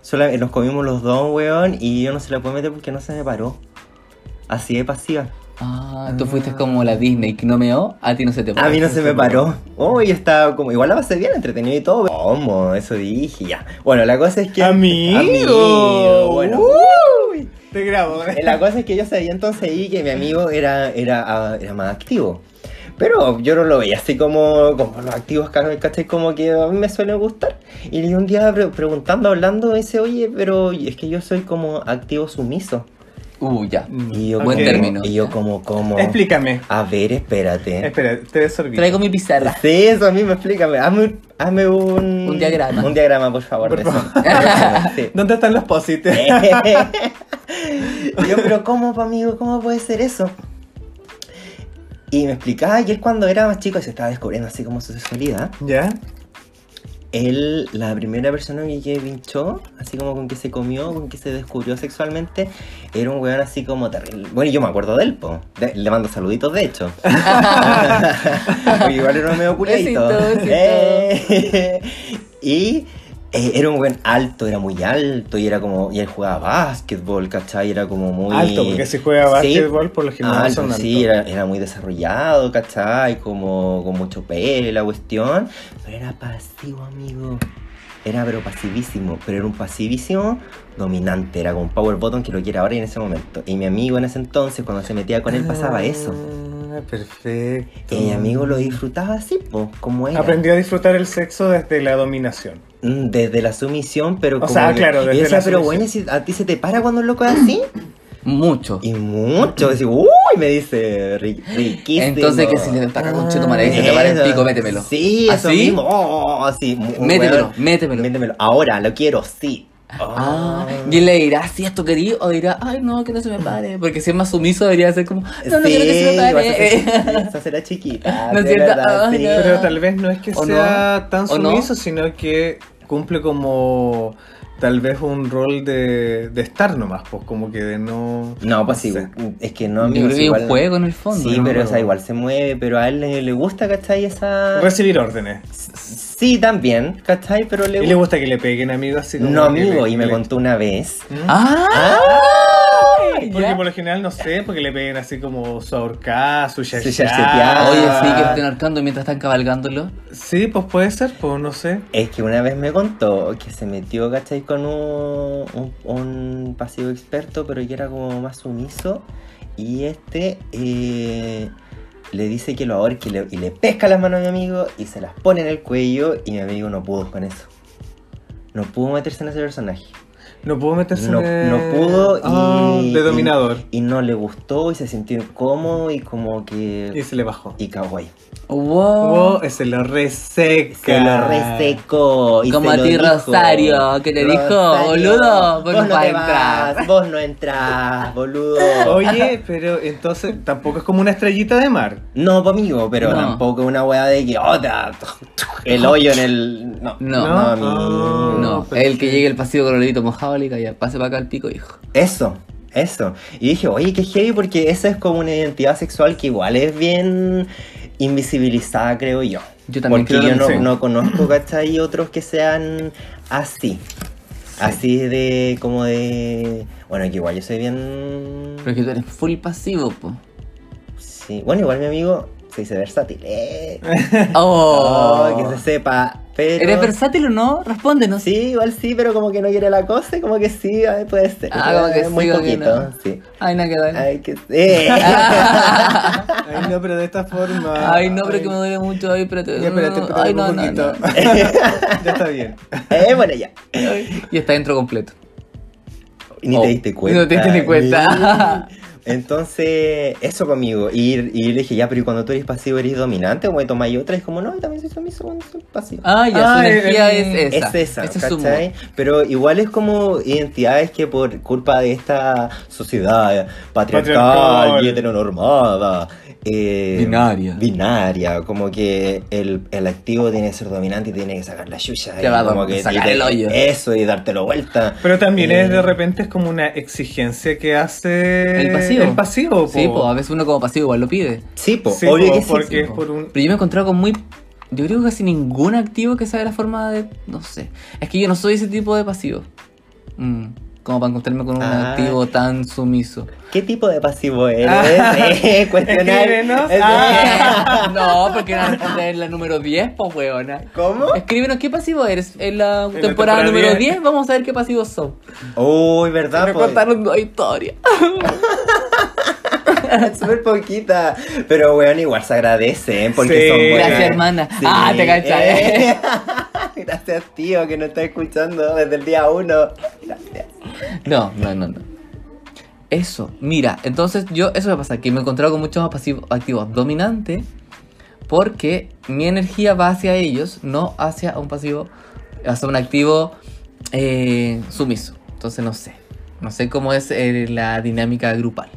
Speaker 3: Solo nos comimos los dos, weón, y yo no se la puedo meter porque no se me paró. Así de pasiva.
Speaker 1: Ah, tú fuiste como la Disney que no meó. A ti no se te
Speaker 3: A
Speaker 1: paró.
Speaker 3: mí no se me paró. Oh, yo estaba como. Igual la pasé bien, entretenido y todo. ¿Cómo? Eso dije ya. Bueno, la cosa es que.
Speaker 2: Amigo.
Speaker 3: Amigo, bueno. uy.
Speaker 2: Te grabo.
Speaker 3: Eh, La cosa es que yo sabía entonces ahí que mi amigo era, era, ah, era más activo. Pero yo no lo veía así como, como los activos, ca- ¿cachai? Como que a mí me suelen gustar. Y un día pre- preguntando, hablando, me dice, oye, pero es que yo soy como activo sumiso.
Speaker 1: Uh, ya.
Speaker 3: Y yo,
Speaker 1: Buen
Speaker 3: como,
Speaker 1: término.
Speaker 3: Y yo como, como...
Speaker 2: Explícame.
Speaker 3: A
Speaker 2: [laughs]
Speaker 3: ver, espérate.
Speaker 2: Espera, te desorbito.
Speaker 1: Traigo mi pizarra.
Speaker 3: Sí, eso a mí me explícame. Hazme, un- hazme un...
Speaker 1: Un diagrama.
Speaker 3: Un diagrama, por favor.
Speaker 2: Por
Speaker 3: de eso. [laughs] Sí.
Speaker 2: ¿Dónde están los posites?
Speaker 3: ¿Eh? Y [laughs] yo, pero ¿cómo, po, amigo? ¿Cómo puede ser eso? Y me explicaba que él cuando era más chico y se estaba descubriendo así como su sexualidad,
Speaker 2: [laughs] ¿Ya?
Speaker 3: él, la primera persona que, que pinchó, así como con que se comió, con que se descubrió sexualmente, era un weón así como terrible. Bueno, yo me acuerdo de él, po. De- le mando saluditos, de hecho. [laughs] Porque igual era un medio culiadito.
Speaker 1: Besito, besito.
Speaker 3: Eh, [laughs] y eh, era un weón alto, era muy alto, y era como, y él jugaba básquetbol, ¿cachai? Era como muy...
Speaker 2: Alto, porque si juega
Speaker 3: Sí.
Speaker 2: básquetbol por lo general
Speaker 3: Alto,
Speaker 2: son altos.
Speaker 3: sí, era, era muy desarrollado, ¿cachai? Como con mucho pelo y la cuestión. Pero era pasivo, amigo. Era pero pasivísimo, pero era un pasivísimo dominante, era como un power button que lo quiere ahora y en ese momento. Y mi amigo en ese entonces, cuando se metía con él, pasaba eso.
Speaker 2: Ah, perfecto.
Speaker 3: Y mi amigo lo disfrutaba así, po, como era.
Speaker 2: Aprendió a disfrutar el sexo desde la dominación.
Speaker 3: Mm, Desde la sumisión, pero
Speaker 2: O
Speaker 3: como
Speaker 2: sea,
Speaker 3: que-
Speaker 2: claro,
Speaker 3: y
Speaker 2: desde
Speaker 3: decía,
Speaker 2: la
Speaker 3: pero
Speaker 2: sumisión.
Speaker 3: bueno, ¿y si a ti se te para cuando un loco es así.
Speaker 1: Mucho.
Speaker 3: Y mucho, así, uy, me dice, "Ri- riquísimo.
Speaker 1: Entonces, que si le taca con chito maravilla, te
Speaker 3: Eso.
Speaker 1: para el pico, métemelo.
Speaker 3: Sí, eso
Speaker 1: ¿Así?
Speaker 3: mismo. Oh, oh, oh, sí. Mu-
Speaker 1: Métemelo,
Speaker 3: weón.
Speaker 1: métemelo.
Speaker 3: Métemelo. Ahora, lo quiero, sí.
Speaker 1: Ah, Y él le dirá, sí, esto querido, o dirá, ay, no, que no se me pare. Porque si es más sumiso, debería ser como, Ah, no, no quiero que se me
Speaker 3: vas a
Speaker 1: pare. [laughs] Ah,
Speaker 3: ser- vas a ser la chiquita.
Speaker 1: No es
Speaker 3: de
Speaker 1: cierto,
Speaker 3: verdad,
Speaker 1: ay,
Speaker 3: sí.
Speaker 1: no.
Speaker 2: Pero tal vez no es que
Speaker 1: ¿O
Speaker 2: sea
Speaker 1: no?
Speaker 2: tan
Speaker 1: ¿O no?
Speaker 2: sumiso, sino que cumple como tal vez un rol de, de estar nomás, pues como que de no...
Speaker 3: No, pues sí,
Speaker 2: sé.
Speaker 3: es que no,
Speaker 1: Yo
Speaker 3: amigos,
Speaker 1: creo que hay un
Speaker 3: igual-
Speaker 1: juego en el fondo.
Speaker 3: Sí,
Speaker 1: ¿no?
Speaker 3: pero
Speaker 2: Pero-
Speaker 3: esa igual se mueve, pero a él le, le gusta, ¿cachai? Esa...
Speaker 2: Recibir órdenes.
Speaker 3: Sí, también, ¿cachai? Pero le
Speaker 2: Y le
Speaker 3: gusta...
Speaker 2: gusta que le peguen, amigo, así como...
Speaker 3: No,
Speaker 2: que
Speaker 3: amigo,
Speaker 2: le-
Speaker 3: y me
Speaker 2: le-
Speaker 3: contó una vez.
Speaker 2: ¿Mm?
Speaker 1: ¡Ah!
Speaker 2: Porque
Speaker 1: ya.
Speaker 2: por lo general, no sé, porque le peguen así como su ahorcada, su
Speaker 3: Su yerseteada.
Speaker 2: yerseteada.
Speaker 1: Oye, sí, que
Speaker 3: Ah.
Speaker 1: este estén arcando mientras están cabalgándolo.
Speaker 2: Sí, pues puede ser, pues no sé.
Speaker 3: Es que una vez me contó que se metió, ¿cachai? Con un, un, un pasivo experto, pero que era como más sumiso. Y este eh, le dice que lo ahorque y le, y le pesca las manos a mi amigo y se las pone en el cuello. Y mi amigo no pudo con eso. No pudo meterse en ese personaje.
Speaker 2: No pudo meterse
Speaker 3: No,
Speaker 2: en-
Speaker 3: no pudo y,
Speaker 2: Ah, de dominador.
Speaker 3: y no le gustó y se sintió incómodo y como
Speaker 2: Y
Speaker 3: que...
Speaker 2: se le bajó.
Speaker 3: Y cagó ahí.
Speaker 1: ¡Wow!
Speaker 2: Oh, se lo reseca.
Speaker 3: Se lo resecó. y
Speaker 1: Como
Speaker 3: se
Speaker 1: a
Speaker 3: lo
Speaker 1: ti,
Speaker 3: dijo.
Speaker 1: Rosario, que te dijo, "Boludo, vos no vas
Speaker 3: vos no te
Speaker 1: a entrar".
Speaker 3: vas, vos no entras, boludo.
Speaker 2: Oye, [laughs] pero entonces tampoco es como una estrellita de mar.
Speaker 3: No, pues, amigo, pero
Speaker 1: No.
Speaker 3: tampoco una weá de que "Oh, otra. El hoyo en el. No,
Speaker 1: No.
Speaker 3: amigo.
Speaker 1: No,
Speaker 2: pero
Speaker 1: el que
Speaker 2: sí.
Speaker 1: llegue el pasillo coloradito mojado le diga, ya, pase para acá el pico, hijo.
Speaker 3: Eso, eso. Y dije, oye, qué heavy, porque esa es como una identidad sexual que igual es bien invisibilizada, creo yo.
Speaker 1: Yo también
Speaker 3: porque
Speaker 2: creo
Speaker 3: yo
Speaker 2: que
Speaker 3: no,
Speaker 2: sí.
Speaker 3: no conozco, ¿cachai? Otros que sean así. Así de, como de... Bueno, que igual yo soy bien...
Speaker 1: Pero es que tú eres full pasivo, po.
Speaker 3: Sí. Bueno, igual mi amigo se dice versátil. ¡Eh!
Speaker 1: ¡Oh!
Speaker 3: Oh, que se sepa. Pero...
Speaker 1: ¿Eres versátil o no? Respóndenos.
Speaker 3: Sí, igual sí, pero como que no quiere la cosa, y como que sí, ay, puede ser.
Speaker 1: Ah, como que
Speaker 3: Eh, Muy
Speaker 1: sí, como que
Speaker 3: poquito,
Speaker 1: no.
Speaker 3: sí.
Speaker 1: Ay, nada que dar.
Speaker 3: Ay, que... ¡Eh!
Speaker 1: [laughs]
Speaker 2: Ay, no, pero de esta forma.
Speaker 1: Ay, no, pero que me duele mucho. Ay, espérate.
Speaker 2: Ya, espérate, espérate
Speaker 1: Ay,
Speaker 2: un
Speaker 1: no, no,
Speaker 2: poquito.
Speaker 1: no.
Speaker 2: [laughs] ya está bien.
Speaker 3: Eh, bueno, ya.
Speaker 1: Y está dentro completo.
Speaker 3: Ni
Speaker 1: Oh,
Speaker 3: te diste
Speaker 1: no
Speaker 3: cuenta.
Speaker 1: te diste ni cuenta.
Speaker 3: Ni- [laughs] Entonces, eso conmigo. Y, y le dije, ya, pero ¿y cuando tú eres pasivo eres dominante, o tomáis otra. Y es como, no, también soy sumiso cuando soy pasivo.
Speaker 1: Ah, ya, su
Speaker 2: Ay,
Speaker 1: energía
Speaker 2: em,
Speaker 1: es esa.
Speaker 3: Es esa,
Speaker 1: Ese es su
Speaker 3: ¿cachai? Pero igual es como identidades que por culpa de esta sociedad patriarcal,
Speaker 2: Patriarcal.
Speaker 3: y heteronormada, eh,
Speaker 1: Binaria.
Speaker 3: binaria, como que el, el activo tiene que ser dominante y tiene que sacar la chucha.
Speaker 1: Te
Speaker 3: y
Speaker 1: va a
Speaker 3: como
Speaker 1: dom- sacar
Speaker 3: y
Speaker 1: el hoyo.
Speaker 3: Eso, y dártelo vuelta.
Speaker 2: Pero también
Speaker 3: Eh,
Speaker 2: es de repente es como una exigencia que hace.
Speaker 1: El pasivo.
Speaker 2: El pasivo,
Speaker 1: Sí,
Speaker 2: po.
Speaker 1: po, a veces uno como pasivo igual lo pide.
Speaker 3: Sí, po,
Speaker 2: Sí,
Speaker 3: obvio
Speaker 2: po,
Speaker 3: que sí.
Speaker 2: porque
Speaker 1: sí,
Speaker 2: es
Speaker 1: po.
Speaker 2: por un.
Speaker 1: Pero yo me he encontrado con muy. Yo creo que casi ningún activo que sabe la forma de. No sé. Es que yo no soy ese tipo de pasivo. Mm, Como para encontrarme con un
Speaker 3: Ah.
Speaker 1: activo tan sumiso.
Speaker 3: ¿Qué tipo de
Speaker 2: [laughs]
Speaker 3: pasivo eres?
Speaker 2: Ah.
Speaker 3: Eh, cuestionar.
Speaker 2: Escríbenos.
Speaker 3: Eh,
Speaker 2: Ah.
Speaker 1: no, porque era la número 10, po, weona.
Speaker 3: ¿Cómo?
Speaker 1: Escríbenos qué pasivo eres. En la temporada,
Speaker 2: temporada
Speaker 1: número 10.
Speaker 2: 10.
Speaker 1: vamos a ver qué pasivos son.
Speaker 3: Uy, ¿verdad?
Speaker 1: Me
Speaker 3: po? [laughs]
Speaker 1: contaron dos historias.
Speaker 3: Súper poquita. Pero, weón, igual se agradece, ¿eh? Porque
Speaker 2: Sí.
Speaker 3: son buenas.
Speaker 1: Gracias, hermana. Ah, te cachai.
Speaker 3: Eh, [laughs] Gracias, tío, que nos está escuchando desde el día uno. Gracias.
Speaker 1: No, no, no, no. Eso, mira, entonces yo, eso me pasa, que me he encontrado con muchos pasivos, activos dominantes, porque mi energía va hacia ellos, no hacia un pasivo, hacia un activo eh, sumiso. Entonces no sé, no sé cómo es eh, la dinámica grupal.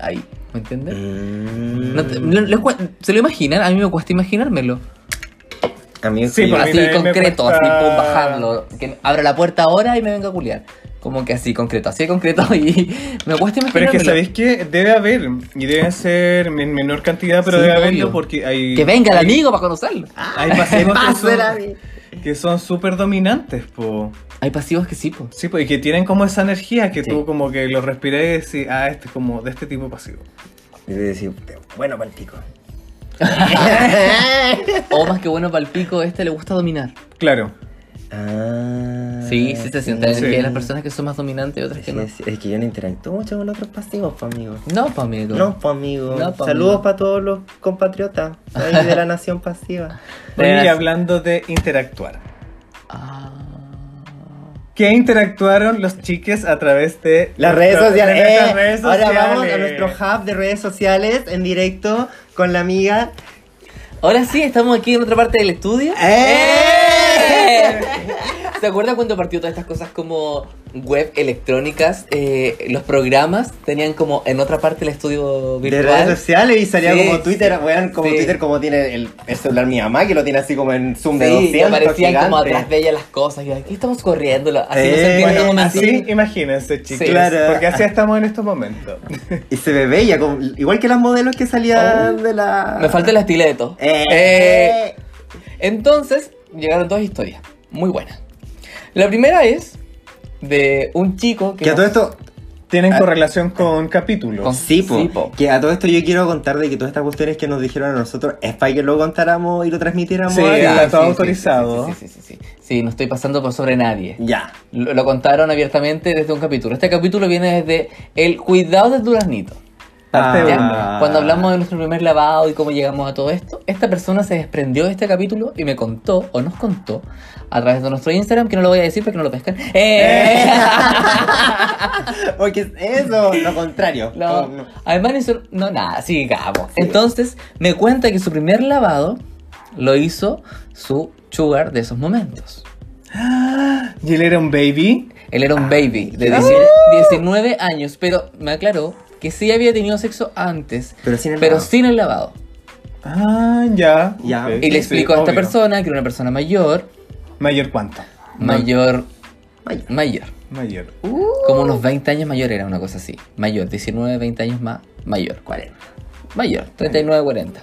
Speaker 1: Ahí, ¿me entiendes? No
Speaker 3: Mm.
Speaker 1: te- no- les cua- ¿Se lo imaginan? A mí me cuesta imaginármelo.
Speaker 3: Amigo,
Speaker 2: Sí,
Speaker 3: sí,
Speaker 2: por mí
Speaker 1: así
Speaker 2: también me
Speaker 1: concreto,
Speaker 2: cuesta-
Speaker 1: así pum, bajarlo. Que abra la puerta ahora y me venga a culiar. Como que así concreto, así de concreto [laughs] y me cuesta imaginarme.
Speaker 2: Pero es que sabéis que debe haber, y deben ser en menor cantidad, pero
Speaker 1: Sí,
Speaker 2: debe
Speaker 1: obvio.
Speaker 2: haberlo porque hay.
Speaker 1: Que venga el
Speaker 2: hay-
Speaker 1: amigo para conocerlo. Ah, [laughs]
Speaker 2: Hay pasivos que
Speaker 3: Pásela,
Speaker 2: son-
Speaker 3: amigo.
Speaker 2: que son súper dominantes, po.
Speaker 1: Hay pasivos que sí, po.
Speaker 2: Sí, pues, y que tienen como esa energía que
Speaker 1: Sí.
Speaker 2: tú como que lo respiras y decís, ah, este es como de este tipo pasivo.
Speaker 3: Y te decía, bueno, palpico.
Speaker 1: O más que bueno para el pico, este le gusta dominar.
Speaker 2: Claro.
Speaker 3: ah,
Speaker 1: Sí, sí se siente la
Speaker 2: sí.
Speaker 1: energía de las personas que son más dominantes y otras que no.
Speaker 3: Es, es que yo no interactúo mucho con otros pasivos, pues, amigo.
Speaker 1: No, pa' amigo.
Speaker 3: No, pues, amigo.
Speaker 1: No, pues,
Speaker 3: Saludos
Speaker 1: amigo.
Speaker 3: para todos los compatriotas ahí de la
Speaker 1: [laughs]
Speaker 3: nación pasiva.
Speaker 1: Bueno,
Speaker 2: Oye, y
Speaker 1: las-
Speaker 2: hablando de interactuar.
Speaker 1: Ah.
Speaker 2: ¿Qué interactuaron los chiques a través de
Speaker 3: Las redes sociales.
Speaker 2: de nuestras
Speaker 3: eh.
Speaker 2: redes
Speaker 3: Ahora vamos a
Speaker 2: sociales?
Speaker 3: nuestro hub de redes sociales en directo con la amiga.
Speaker 1: Ahora sí, estamos aquí en otra parte del estudio.
Speaker 3: ¡Eh!
Speaker 1: ¡Eh! ¿Te acuerdas cuando partió todas estas cosas como web electrónicas? Eh, los programas tenían como en otra parte el estudio
Speaker 3: De redes
Speaker 1: virtual.
Speaker 3: sociales y salía
Speaker 1: Sí,
Speaker 3: como Twitter,
Speaker 1: sí,
Speaker 3: weón, como
Speaker 1: sí.
Speaker 3: Twitter como tiene el, el celular mi mamá, que lo tiene así como en zoom de
Speaker 1: Sí, y
Speaker 3: 200,
Speaker 1: aparecían como
Speaker 3: gigante.
Speaker 1: atrás de ella las cosas. Y aquí estamos corriendo. lo- Así
Speaker 3: Eh,
Speaker 1: nos sentimos en
Speaker 2: Bueno,
Speaker 1: un momento.
Speaker 2: así, imagínense, chicos.
Speaker 1: Sí.
Speaker 3: Claro.
Speaker 2: Porque así estamos en estos momentos.
Speaker 3: Y se ve bella, como- igual que las modelos que salían de la...
Speaker 1: Oh. Me falta el estileto.
Speaker 3: Eh,
Speaker 1: Eh, Entonces, llegaron dos historias muy buenas. La primera es de un chico que.
Speaker 3: que a todo esto...
Speaker 2: Tienen
Speaker 3: Ah.
Speaker 2: correlación con capítulos.
Speaker 1: Con-
Speaker 3: Sí po,
Speaker 1: Sí, po.
Speaker 3: que a todo esto yo quiero contar de que todas estas cuestiones que nos dijeron a nosotros es para que lo contáramos y lo transmitiéramos.
Speaker 2: Sí,
Speaker 3: a-
Speaker 2: está
Speaker 1: Ah,
Speaker 2: todo autorizado.
Speaker 1: Sí sí sí, sí, sí. Sí, no estoy pasando por sobre nadie.
Speaker 3: Ya.
Speaker 1: Lo, lo contaron abiertamente desde un capítulo. Este capítulo viene desde el cuidado del duraznito.
Speaker 2: Parte
Speaker 3: Ah.
Speaker 1: ¿ya?
Speaker 2: uno.
Speaker 1: Cuando hablamos de nuestro primer lavado y cómo llegamos a todo esto, esta persona se desprendió de este capítulo y me contó, o nos contó, a través de nuestro Instagram, que no lo voy a decir para que no lo pescan. ¡Eh!
Speaker 3: [laughs] Oye, ¿qué es eso?
Speaker 1: [laughs]
Speaker 3: Lo contrario.
Speaker 1: No,
Speaker 3: Con-
Speaker 1: además no hizo- no nada, sigamos. Entonces me cuenta que su primer lavado lo hizo su sugar de esos momentos.
Speaker 2: Y él era un baby.
Speaker 1: Él era un baby de
Speaker 3: Ah.
Speaker 1: 19,
Speaker 2: ¡Oh!
Speaker 1: 19 años, pero me aclaró que sí había tenido sexo antes,
Speaker 3: Pero sin el
Speaker 1: pero
Speaker 3: lavado.
Speaker 1: sin el lavado.
Speaker 2: Ah, ya.
Speaker 3: Ya.
Speaker 2: Ok,
Speaker 1: Y
Speaker 2: sí,
Speaker 1: le explicó a esta
Speaker 2: obvio.
Speaker 1: persona que era una persona mayor,
Speaker 2: ¿Mayor cuánto?
Speaker 1: mayor,
Speaker 3: Mayor.
Speaker 1: mayor.
Speaker 2: Mayor.
Speaker 1: Como unos 20 años mayor era una cosa así. Mayor, 19, 20 años más, mayor, 40. Mayor, 39, 40.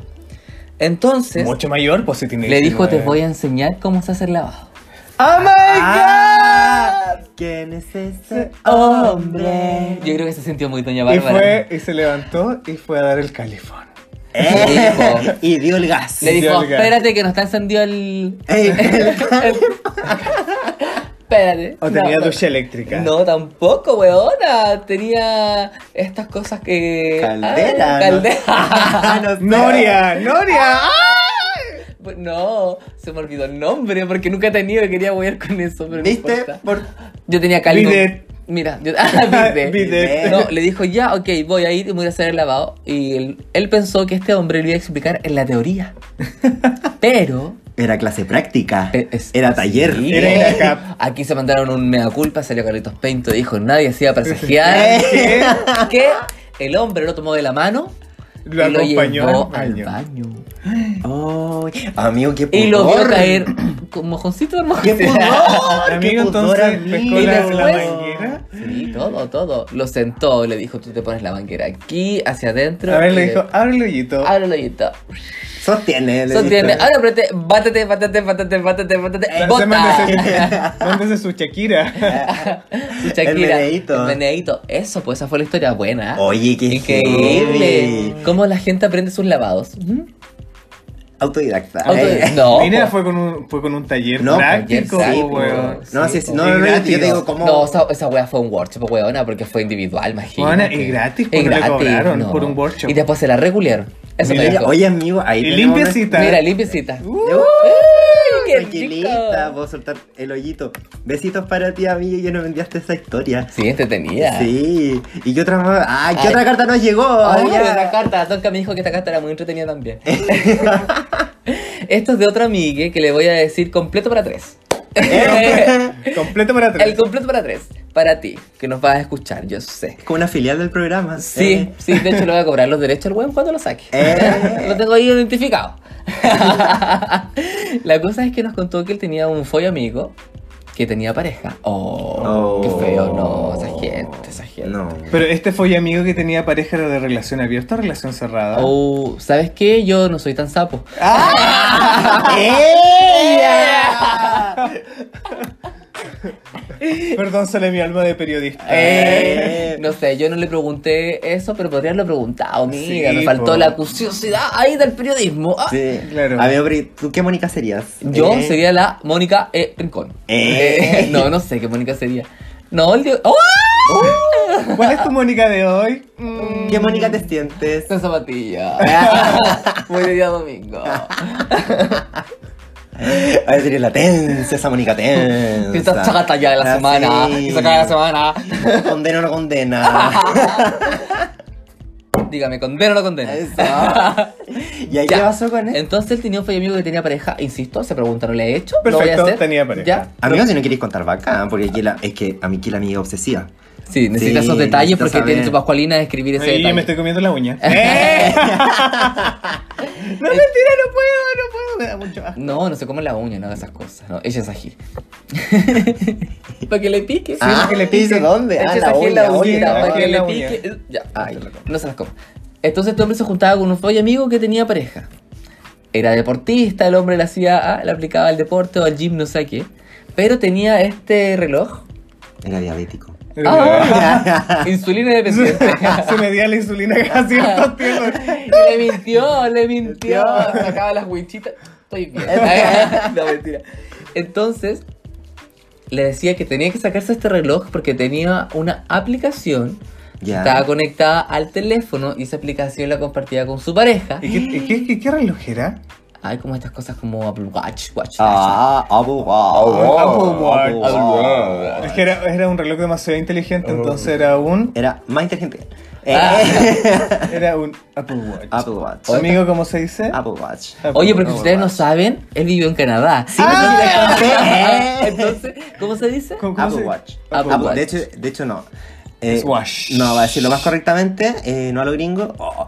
Speaker 1: Entonces...
Speaker 2: Mucho mayor, pues si tiene.
Speaker 1: Le dijo, te voy a enseñar cómo se hace el lavado.
Speaker 2: ¡Oh my
Speaker 3: Ah, ¿Quién es ese hombre?
Speaker 1: Yo creo que se sintió muy doña
Speaker 2: god! Y
Speaker 1: Bárbara.
Speaker 2: fue, y se levantó y fue a dar el califón.
Speaker 3: Eh,
Speaker 1: Le dijo-
Speaker 3: [laughs] y dio el gas.
Speaker 1: Le
Speaker 2: Sí,
Speaker 1: dijo,
Speaker 2: oiga.
Speaker 1: espérate que no está encendido el...
Speaker 3: [laughs] Ey,
Speaker 1: [laughs]
Speaker 3: el-
Speaker 1: Espérate.
Speaker 2: O tenía
Speaker 1: no,
Speaker 2: ducha eléctrica.
Speaker 1: No, tampoco, weona. Tenía estas cosas que...
Speaker 3: Caldera,
Speaker 1: Ah,
Speaker 3: ¿no?
Speaker 1: caldera. [laughs]
Speaker 2: [laughs]
Speaker 3: no sé.
Speaker 2: ¡Noria! ¡Noria!
Speaker 1: no, se me olvidó el nombre porque nunca he tenido y quería huir con eso. Pero no
Speaker 3: [laughs] ¿Viste?
Speaker 1: importa.
Speaker 3: Por-
Speaker 1: Yo tenía caldo.
Speaker 2: Bidet.
Speaker 1: Mira, yo... [laughs] Ah, bidet.
Speaker 2: [laughs] Bidet.
Speaker 1: No, le dijo, ya, ok, voy a ir y me voy a hacer el lavado. Y él, él pensó que este hombre le iba a explicar en la
Speaker 2: [laughs]
Speaker 1: teoría. Pero...
Speaker 3: Era clase práctica.
Speaker 1: eh, es-
Speaker 3: Era taller.
Speaker 1: sí.
Speaker 2: Era ir a cap.
Speaker 1: Aquí se mandaron un mea culpa, salió Carlitos Peinto y dijo, nadie se iba a presagiar
Speaker 2: ¿Qué?
Speaker 1: que el hombre lo tomó de la mano
Speaker 2: Lo
Speaker 1: y lo
Speaker 2: acompañó
Speaker 1: llevó
Speaker 2: al
Speaker 1: al
Speaker 2: baño.
Speaker 1: baño.
Speaker 3: Oh, amigo, qué pudor.
Speaker 1: Y lo vio caer con mojoncito de [laughs]
Speaker 3: ¡Qué
Speaker 1: mojoncito.
Speaker 3: pudor! ¡Qué
Speaker 2: Amigo,
Speaker 3: pudor,
Speaker 2: entonces,
Speaker 3: amigo!
Speaker 2: pescó
Speaker 1: Y
Speaker 2: la- la
Speaker 1: después-
Speaker 2: manguera.
Speaker 1: Sí, todo, todo. Lo sentó, le dijo, tú te pones la manguera aquí, hacia adentro.
Speaker 2: A ver,
Speaker 1: y
Speaker 2: le dijo, abre el hoyito.
Speaker 1: Abre el hoyito.
Speaker 3: Sostiene. le
Speaker 1: Sostiene. Ah,
Speaker 3: dijo.
Speaker 1: Ahora apriete. Bátate, bátate, bátate, bátate, bátate.
Speaker 2: Mándese-
Speaker 1: Bota. [laughs]
Speaker 2: Mándese su Shakira.
Speaker 1: Y Shakira.
Speaker 3: El meneíto.
Speaker 1: El meneíto. Eso, pues esa fue la historia buena.
Speaker 3: Oye, qué
Speaker 1: Increíble.
Speaker 3: heavy.
Speaker 1: Cómo la gente aprende sus lavados. Ujú.
Speaker 3: Autodidacta.
Speaker 1: Auto-
Speaker 3: Eh.
Speaker 1: No.
Speaker 2: Mira,
Speaker 1: po.
Speaker 2: fue con un, fue con un taller
Speaker 3: No,
Speaker 2: práctico,
Speaker 1: taller, sí,
Speaker 2: weón.
Speaker 1: pues.
Speaker 3: No,
Speaker 1: Sí,
Speaker 3: sí, sí, no,
Speaker 2: po.
Speaker 3: no, no,
Speaker 2: Y
Speaker 3: yo te
Speaker 2: gratis.
Speaker 3: digo cómo.
Speaker 1: No, esa, esa wea fue un workshop, weona, porque fue individual, imagínate.
Speaker 2: Weona, y gratis, pues, no le cobraron por un workshop.
Speaker 1: Y después se la regulieron. Eso me
Speaker 2: Mira,
Speaker 1: dijo.
Speaker 3: Oye, amigo, ahí
Speaker 2: Y
Speaker 3: tenemos
Speaker 2: limpiecita.
Speaker 1: Mira, limpiecita.
Speaker 3: nuestra- Uh,
Speaker 1: qué
Speaker 3: tranquilita,
Speaker 1: rico.
Speaker 3: puedo soltar el hoyito. Besitos para ti, amigo, que nos enviaste esa historia.
Speaker 1: Sí, entretenida. Oh,
Speaker 3: Sí. Oh, ¿Y qué otra más? Ah, ¿qué
Speaker 1: Ay.
Speaker 3: otra carta nos llegó?
Speaker 1: Ay,
Speaker 3: Oye.
Speaker 1: otra carta. Tonka me dijo que esta carta era muy entretenida también. Esto es de otro amigue que le voy a decir completo para tres.
Speaker 3: Eh.
Speaker 2: Completo
Speaker 1: [laughs]
Speaker 2: para
Speaker 1: El
Speaker 2: tres.
Speaker 1: completo para tres. Para ti, que nos vas a escuchar, yo sé.
Speaker 3: Es como una filial del programa.
Speaker 1: Sí, sí, de hecho le voy a cobrar los derechos al weón cuando lo saque.
Speaker 3: Eh.
Speaker 1: [laughs] Lo tengo ahí identificado. [laughs] La cosa es que nos contó que él tenía un follo amigo que tenía pareja. Oh,
Speaker 3: Oh.
Speaker 1: qué feo, no, esa gente, esa gente.
Speaker 3: No.
Speaker 2: Pero este fue amigo que tenía pareja era de relación abierta o relación cerrada.
Speaker 1: Oh, ¿sabes qué? Yo no soy tan sapo.
Speaker 3: Ah.
Speaker 1: [laughs]
Speaker 3: Eh. ¡Ella!
Speaker 2: Perdón, sale mi alma de periodista.
Speaker 1: Eh, no sé, yo no le pregunté eso, pero podría haberlo preguntado, amiga.
Speaker 2: Sí,
Speaker 1: me faltó
Speaker 2: po.
Speaker 1: la curiosidad ahí del periodismo. Ah.
Speaker 3: Sí,
Speaker 2: Claro.
Speaker 3: A ver, Bri, ¿tú qué Mónica serías?
Speaker 1: Yo
Speaker 3: Eh.
Speaker 1: sería la Mónica E. Rincón.
Speaker 3: Eh.
Speaker 1: Eh, no, no sé qué Mónica sería. No, el Diego. ¡Oh!
Speaker 3: Uh.
Speaker 2: ¿Cuál es tu Mónica de hoy? Mm,
Speaker 3: ¿Qué Mónica te sientes?
Speaker 1: Esa
Speaker 3: [laughs]
Speaker 1: zapatilla. Muy de día domingo.
Speaker 3: [laughs] A ver, sería la tensa, esa Mónica tensa.
Speaker 1: Esa chata ya de la
Speaker 3: Ah,
Speaker 1: semana.
Speaker 3: sí.
Speaker 1: Esa cara de la semana.
Speaker 3: Condena o no
Speaker 1: [laughs]
Speaker 3: condena.
Speaker 1: Dígame, ¿condena o no condena?
Speaker 3: Eso. [laughs] ¿Y ahí
Speaker 1: Ya.
Speaker 3: qué pasó con él?
Speaker 1: Entonces él tenía un amigo que tenía pareja, insisto, se pregunta, ¿no le he hecho? ¿Lo voy a
Speaker 2: Perfecto,
Speaker 1: hacer?
Speaker 2: tenía pareja.
Speaker 1: ¿Ya?
Speaker 3: Amigos, si no queréis contar bacán, porque aquí la- es que a mí aquí la amiga obsesiva.
Speaker 1: Sí, necesita
Speaker 3: Sí,
Speaker 1: esos detalles
Speaker 3: necesito
Speaker 1: porque tiene
Speaker 3: saber.
Speaker 1: tu pascualina de escribir ese
Speaker 2: Ahí
Speaker 1: detalle.
Speaker 2: me estoy comiendo
Speaker 1: [laughs]
Speaker 2: la uña. ¡Eh! no, mentira, no puedo, no puedo, me da mucho asco.
Speaker 1: No, no se come la uña, nada de esas cosas. No, ella es ají. [laughs] para que le pique.
Speaker 3: Ah,
Speaker 1: para que le pique.
Speaker 3: ¿dice dónde? Ah,
Speaker 1: Ella es
Speaker 3: la
Speaker 1: ají en la
Speaker 3: uña, oye,
Speaker 1: uñita,
Speaker 3: la
Speaker 1: para que
Speaker 2: uña,
Speaker 1: le
Speaker 2: la
Speaker 1: pique. Ah, Ya,
Speaker 3: Ay.
Speaker 1: no se las come. Entonces este hombre se juntaba con un foy amigo que tenía pareja. Era deportista, el hombre le hacía, ah, le aplicaba al deporte o al gym, no sé a qué. Pero tenía este reloj.
Speaker 3: Era diabético.
Speaker 1: Ah, insulina [laughs] dependiente.
Speaker 2: Se me dio la insulina
Speaker 1: [laughs]
Speaker 2: a ciertos tiempos.
Speaker 1: le mintió, le mintió. Sacaba las winchitas. Estoy bien. no, mentira. Entonces, le decía que tenía que sacarse este reloj porque tenía una aplicación que
Speaker 3: Ya.
Speaker 1: estaba conectada al teléfono y esa aplicación la compartía con su pareja.
Speaker 2: ¿Y qué, y qué, qué, qué reloj era?
Speaker 1: Hay como estas cosas como Apple Watch, Watch.
Speaker 3: Ah, Apple
Speaker 2: Apple Watch.
Speaker 3: Watch.
Speaker 1: Apple
Speaker 2: Ah, Es que era, era un reloj demasiado inteligente, entonces era un.
Speaker 3: Era más inteligente. Eh,
Speaker 1: Ah.
Speaker 2: Era un Apple Watch.
Speaker 3: Apple Watch.
Speaker 2: Amigo, ¿cómo se dice?
Speaker 3: Apple Watch.
Speaker 2: Apple
Speaker 1: Oye, porque si
Speaker 2: Watch.
Speaker 1: ustedes no saben, él vivió en Canadá.
Speaker 3: Ah.
Speaker 1: [laughs] Entonces, ¿cómo se dice?
Speaker 2: ¿Cómo- cómo
Speaker 3: Apple
Speaker 2: se-
Speaker 3: Watch.
Speaker 1: Apple Watch.
Speaker 3: De hecho, de hecho no. Eh,
Speaker 2: Swash.
Speaker 3: No, va a decirlo más correctamente, eh, no a lo gringo. oh,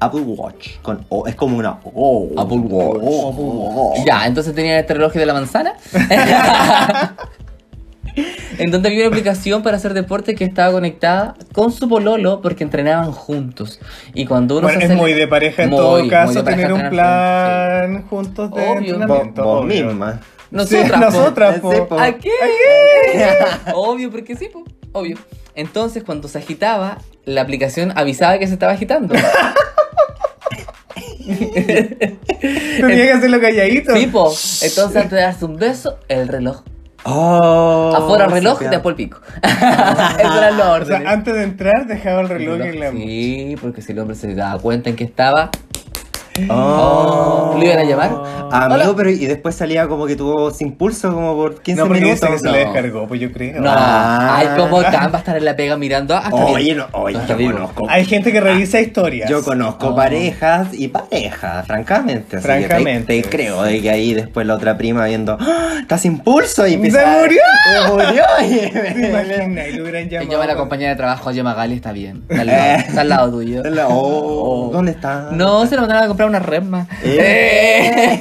Speaker 3: Apple Watch. Con O, es como una O.
Speaker 1: Apple Watch.
Speaker 3: Oh, oh, oh.
Speaker 1: Ya, entonces tenía este reloj de la manzana. [laughs] en donde había una aplicación para hacer deporte que estaba conectada con su pololo porque entrenaban juntos. Y cuando uno
Speaker 2: Bueno,
Speaker 1: se
Speaker 2: es
Speaker 1: acerca-
Speaker 2: muy de pareja en
Speaker 1: Muy,
Speaker 2: todo
Speaker 1: muy
Speaker 2: caso
Speaker 1: de pareja
Speaker 2: tener un
Speaker 1: entrenar
Speaker 2: plan juntos de
Speaker 1: Obvio.
Speaker 3: Vos,
Speaker 2: entrenamiento.
Speaker 3: vos
Speaker 2: obvio.
Speaker 3: misma.
Speaker 1: Nosotras.
Speaker 2: Sí,
Speaker 1: po.
Speaker 2: nosotras, po.
Speaker 3: Sí, po.
Speaker 1: ¿A qué? [laughs] obvio, porque sí, po, obvio. Entonces, cuando se agitaba, la aplicación avisaba que se estaba agitando.
Speaker 2: Tenía que hacerlo calladito.
Speaker 1: tipo, entonces antes de darse un beso, el reloj.
Speaker 3: Oh,
Speaker 1: Afuera el
Speaker 3: sí,
Speaker 1: reloj,
Speaker 3: te-
Speaker 1: después el pico. [laughs] Eso era lo
Speaker 2: O sea, antes de entrar dejaba el reloj en la
Speaker 1: Sí, porque si el hombre se daba cuenta en que estaba,
Speaker 3: Oh.
Speaker 1: ¿Lo iban a llamar?
Speaker 3: Amigo,
Speaker 1: Hola.
Speaker 3: pero y después salía como que tuvo sin pulso como por 15
Speaker 2: No, porque
Speaker 3: minutos.
Speaker 2: dice que se
Speaker 1: no.
Speaker 2: le descargó, pues yo creo.
Speaker 1: No,
Speaker 3: Ah.
Speaker 1: ay, como tan va a estar en la pega mirando hasta
Speaker 3: Oye,
Speaker 1: bien.
Speaker 3: no, oye,
Speaker 1: Hasta
Speaker 3: yo
Speaker 1: Ah, vivo.
Speaker 3: conozco.
Speaker 2: Hay gente
Speaker 1: Ah,
Speaker 2: que revisa historias.
Speaker 3: Yo conozco
Speaker 1: Oh.
Speaker 3: parejas y parejas, francamente. así que te-
Speaker 2: Francamente.
Speaker 3: te, creo de que ahí después la otra prima viendo, ¡Ah! ¡Estás sin pulso! Y empieza. "Oh,
Speaker 2: ¡Se murió!
Speaker 3: ¡Se murió! Y
Speaker 2: [laughs]
Speaker 3: me-
Speaker 2: ¿Te imaginas? Y
Speaker 1: [laughs]
Speaker 2: lo hubieran
Speaker 1: Y
Speaker 2: llamado.
Speaker 1: yo a la compañera de trabajo, oye Magali, está bien. Está al lado,
Speaker 3: Eh.
Speaker 1: está al lado tuyo.
Speaker 3: me- Oh,
Speaker 1: Oh.
Speaker 3: ¿Dónde está?
Speaker 1: No, se lo mandaron a comprar una resma.
Speaker 3: Eh.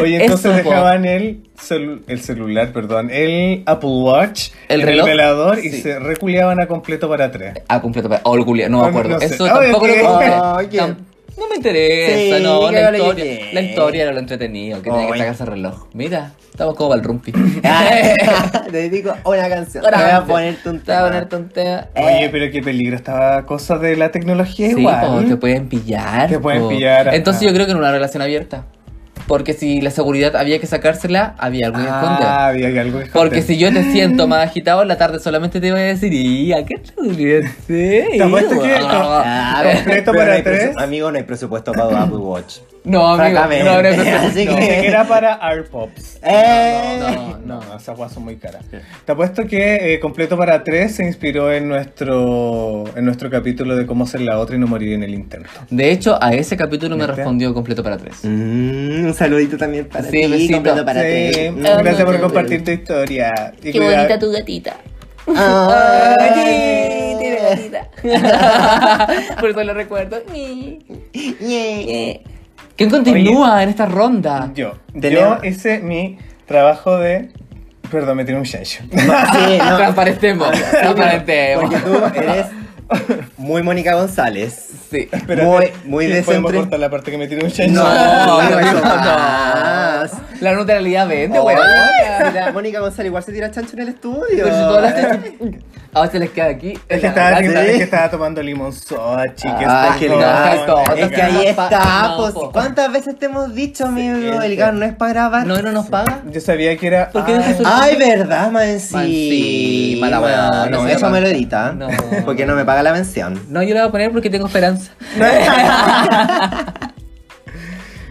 Speaker 2: Oye, entonces
Speaker 1: Eso, po.
Speaker 2: dejaban el, celu- el celular, perdón, el Apple Watch,
Speaker 1: ¿El
Speaker 2: en
Speaker 1: reloj?
Speaker 2: el velador y
Speaker 1: Sí.
Speaker 2: se reculeaban a completo para tres.
Speaker 1: [laughs] Ah, completo. pa- O el culiao, no me
Speaker 2: No, no
Speaker 1: acuerdo.
Speaker 2: sé.
Speaker 1: Eso
Speaker 2: Oye,
Speaker 1: tampoco lo
Speaker 2: ¿qué?
Speaker 1: compré.
Speaker 3: Oye.
Speaker 1: Tam- No me interesa,
Speaker 3: Ah, Sí,
Speaker 1: no,
Speaker 3: que
Speaker 1: la
Speaker 3: hable
Speaker 1: historia,
Speaker 3: que-
Speaker 1: la historia era lo entretenido, que tenía que
Speaker 3: Oye. Ah.
Speaker 1: sacarse el reloj. Mira, estamos como para el rumpi. [laughs]
Speaker 3: [laughs] Te dedico una canción. Te voy a ponerte un
Speaker 1: Te voy a
Speaker 3: tema.
Speaker 1: ponerte un tema.
Speaker 2: Oye, pero qué peligro estaba cosa de la tecnología
Speaker 1: Eh. Sí,
Speaker 2: igual.
Speaker 1: po, te pueden pillar.
Speaker 2: Te pueden
Speaker 1: po.
Speaker 2: pillar, ajá.
Speaker 1: Entonces yo creo que en una relación abierta. Porque si la seguridad había que sacársela, había algo que esconder.
Speaker 2: Ah, había algo que esconder.
Speaker 1: Porque si yo te siento más agitado en la tarde, solamente te voy a decir, ¿y a qué te debería ser?
Speaker 2: Te apuesto que-
Speaker 3: Ah,
Speaker 2: Completo
Speaker 3: pero
Speaker 2: para
Speaker 3: no hay
Speaker 2: tres.
Speaker 3: presu- Amigo, no hay presupuesto para Apple Watch.
Speaker 1: No, amigo,
Speaker 3: Francamente.
Speaker 1: no, no, no, no.
Speaker 3: Así
Speaker 2: Ni
Speaker 3: que.
Speaker 2: siquiera para AirPods.
Speaker 3: Eh.
Speaker 1: No,
Speaker 2: No,
Speaker 1: no.
Speaker 2: no, esas guas son muy caras. Te apuesto que eh, Completo para tres se inspiró en nuestro en nuestro capítulo de cómo ser la otra y no morir en el intento.
Speaker 1: De hecho, a ese capítulo me
Speaker 2: ¿Viste?
Speaker 1: respondió completo para tres.
Speaker 3: Mm, un saludito también para
Speaker 1: Sí,
Speaker 3: ti,
Speaker 1: besito.
Speaker 3: completo para Mm,
Speaker 2: Sí,
Speaker 3: ti.
Speaker 2: Gracias por compartir tu historia. Y
Speaker 4: Qué
Speaker 2: cuidar-
Speaker 4: bonita tu gatita.
Speaker 3: mm, Ay.
Speaker 4: Ay, tiene gatita.
Speaker 1: Por eso lo recuerdo.
Speaker 3: Yeah.
Speaker 4: Eh,
Speaker 1: ¿Quién continúa en esta ronda?
Speaker 2: Yo.
Speaker 3: Tenemos-
Speaker 2: Yo hice mi trabajo de. Perdón, me tiré un chancho.
Speaker 3: Sí, Eh,
Speaker 1: [laughs]
Speaker 3: no,
Speaker 1: Transparentemos, transparentemos.
Speaker 3: Porque tú eres muy Mónica González.
Speaker 1: Sí.
Speaker 3: Muy, muy
Speaker 2: ¿Y ¿Podemos
Speaker 3: decente. Ah,
Speaker 2: cortar la parte que me tiré un chancho?
Speaker 1: No, no, no,
Speaker 3: eso
Speaker 1: no.
Speaker 3: más.
Speaker 1: La neutralidad vende,
Speaker 3: Oh,
Speaker 1: weón.
Speaker 3: mira, Mónica González igual se tira chancho en el estudio.
Speaker 1: Pero si todas las- Ahora se les queda aquí.
Speaker 2: Es que estaba, es que estaba tomando limón soda, chicas.
Speaker 3: Ah,
Speaker 2: perdón.
Speaker 3: qué
Speaker 1: gato.
Speaker 3: Es que ahí está,
Speaker 1: No,
Speaker 3: pues,
Speaker 1: po.
Speaker 3: ¿Cuántas veces te hemos dicho, amigo?
Speaker 2: sí.
Speaker 3: El GAN no es para grabar.
Speaker 1: No, no nos paga.
Speaker 2: Yo sabía que era.
Speaker 1: ¿Por qué
Speaker 2: Ay,
Speaker 1: dejas el-
Speaker 3: Ay, verdad, man,
Speaker 1: Man, sí,
Speaker 3: sí.
Speaker 1: mala weá,
Speaker 3: Bueno,
Speaker 1: no
Speaker 3: No,
Speaker 1: se
Speaker 3: eso
Speaker 1: llama.
Speaker 3: me lo edita.
Speaker 1: No.
Speaker 3: Porque no me paga la mención.
Speaker 1: No, yo la voy a poner porque tengo esperanza.
Speaker 2: [laughs]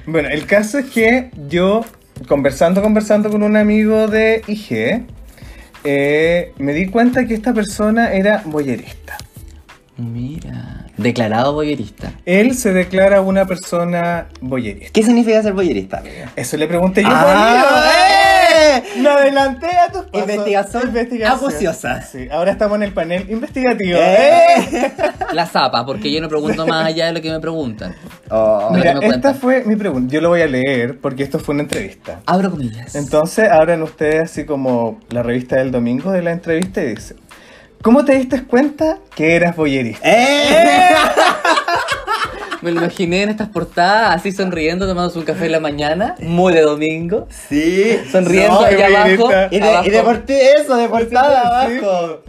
Speaker 2: Bueno, el caso es que yo, conversando, conversando con un amigo de IG, eh, me di cuenta que esta persona era boyerista.
Speaker 1: Mira. Declarado boyerista.
Speaker 2: Él se declara una persona boyerista.
Speaker 3: ¿Qué significa ser boyerista? amiga?
Speaker 2: Eso le pregunté yo.
Speaker 3: Ah,
Speaker 2: ¡Eh! Me adelanté a tus pasos.
Speaker 3: Investigación acuciosa.
Speaker 2: Sí, ahora estamos en el panel investigativo.
Speaker 3: ¡Eh!
Speaker 1: La zapa, porque yo no pregunto más allá de lo que me preguntan.
Speaker 3: Oh,
Speaker 1: Mira.
Speaker 2: Mira,
Speaker 1: que me
Speaker 2: esta
Speaker 1: cuentan.
Speaker 2: fue mi pregunta. Yo lo voy a leer porque esto fue una entrevista.
Speaker 1: Abro comillas.
Speaker 2: Entonces abren ustedes así como la revista del domingo de la entrevista y dice, ¿cómo te diste cuenta que eras boyerista?
Speaker 3: ¡Eh!
Speaker 1: Me lo imaginé en estas portadas, así sonriendo, tomándose un café en la mañana, muy de domingo.
Speaker 3: Sí,
Speaker 1: Sonriendo
Speaker 2: No, qué
Speaker 1: allá abajo.
Speaker 2: bonita.
Speaker 3: Y de, y de
Speaker 1: abajo.
Speaker 3: por ti eso, de portada
Speaker 2: Sí.
Speaker 3: abajo.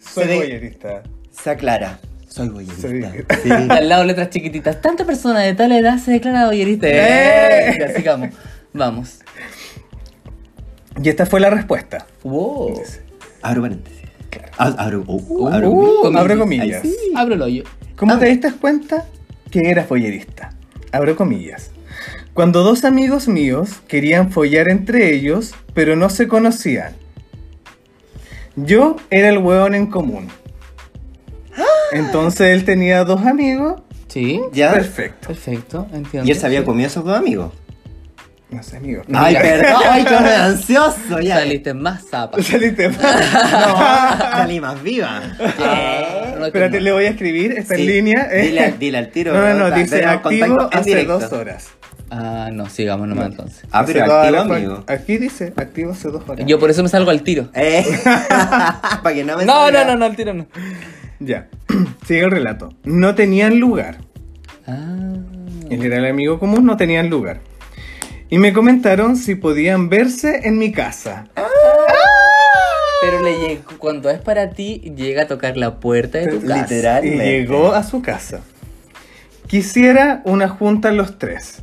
Speaker 2: Soy
Speaker 3: Eh, se de-
Speaker 2: boyerista.
Speaker 3: Se aclara. Soy boyerista.
Speaker 2: Soy-
Speaker 3: Sí.
Speaker 1: Al lado letras chiquititas. Tanta persona de tal edad se declara boyerista.
Speaker 2: ¡Eh!
Speaker 1: Ya, sigamos. Vamos.
Speaker 2: Y esta fue la respuesta.
Speaker 1: Wow.
Speaker 3: Abro paréntesis. Ab- Abro, uh,
Speaker 1: Uh,
Speaker 3: abro
Speaker 1: uh,
Speaker 3: comillas.
Speaker 2: abro comillas.
Speaker 3: Ay, sí.
Speaker 1: Abro el hoyo.
Speaker 3: Ah,
Speaker 2: ¿Cómo te diste cuenta que eras boyerista? Abro comillas. Cuando dos amigos míos querían follar entre ellos, pero no se conocían. Yo era el hueón en común.
Speaker 3: Ah.
Speaker 2: Entonces él tenía dos amigos.
Speaker 1: Sí.
Speaker 3: Ya.
Speaker 2: Perfecto.
Speaker 1: Perfecto, entiendo.
Speaker 3: Y él se había comido a esos dos amigos.
Speaker 2: No sé, amigo.
Speaker 3: Ay, perdón, ay, qué ansioso. Ya.
Speaker 1: Saliste más zapa.
Speaker 2: [laughs]
Speaker 3: [laughs]
Speaker 2: Saliste
Speaker 3: No, salí más viva.
Speaker 1: Ah, no,
Speaker 2: Espérate,
Speaker 1: no.
Speaker 2: le voy a escribir esta
Speaker 3: Sí.
Speaker 2: línea. eh.
Speaker 3: Dile, al- dile al
Speaker 2: [laughs]
Speaker 3: tiro.
Speaker 2: no, no, no,
Speaker 3: ¿verdad?
Speaker 2: dice
Speaker 3: Tenemos
Speaker 2: activo
Speaker 3: contacto en
Speaker 2: hace
Speaker 3: directo.
Speaker 2: dos horas.
Speaker 1: Ah, no, sigamos nomás entonces.
Speaker 3: Ah, pero
Speaker 2: Hace toda
Speaker 3: activo,
Speaker 2: la-
Speaker 3: amigo.
Speaker 2: Aquí dice activo hace dos horas.
Speaker 1: Yo por eso me salgo al tiro.
Speaker 3: [laughs]
Speaker 2: [laughs]
Speaker 3: Eh, para que no me
Speaker 1: No,
Speaker 3: salga.
Speaker 1: no, no, no, al tiro no.
Speaker 2: Ya, [clears throat] sigue el relato. No tenían lugar.
Speaker 1: Ah.
Speaker 2: Él era el amigo común, no tenían lugar. Y me comentaron si podían verse en mi casa.
Speaker 1: Pero le llegó, cuando es para ti, llega a tocar la puerta de tu casa.
Speaker 3: Literal.
Speaker 2: Y
Speaker 3: Realmente.
Speaker 2: llegó a su casa. Quisiera una junta los tres.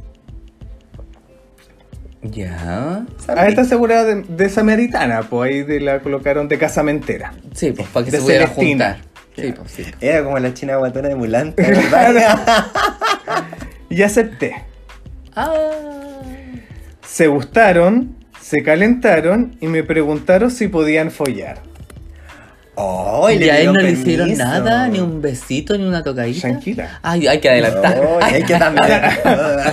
Speaker 1: Ya.
Speaker 2: Ah, está asegurada de, de Samaritana, pues ahí de la colocaron de casamentera.
Speaker 1: Sí, pues para que
Speaker 2: De
Speaker 1: se pudiera
Speaker 2: Celestina.
Speaker 1: juntar. Sí, pues sí.
Speaker 3: Era como la china guatona
Speaker 2: [laughs]
Speaker 3: de Mulan, ¿te acordás?
Speaker 2: Y acepté.
Speaker 1: Ah.
Speaker 2: Se gustaron, se calentaron y me preguntaron si podían follar. [laughs]
Speaker 3: Oh,
Speaker 1: y
Speaker 3: le
Speaker 1: a él
Speaker 3: dio
Speaker 1: no le hicieron
Speaker 3: permiso.
Speaker 1: nada, ni un besito, ni una tocadita.
Speaker 2: Tranquila.
Speaker 1: Ay, hay que adelantar.
Speaker 3: No, hay
Speaker 1: [laughs]
Speaker 3: que también.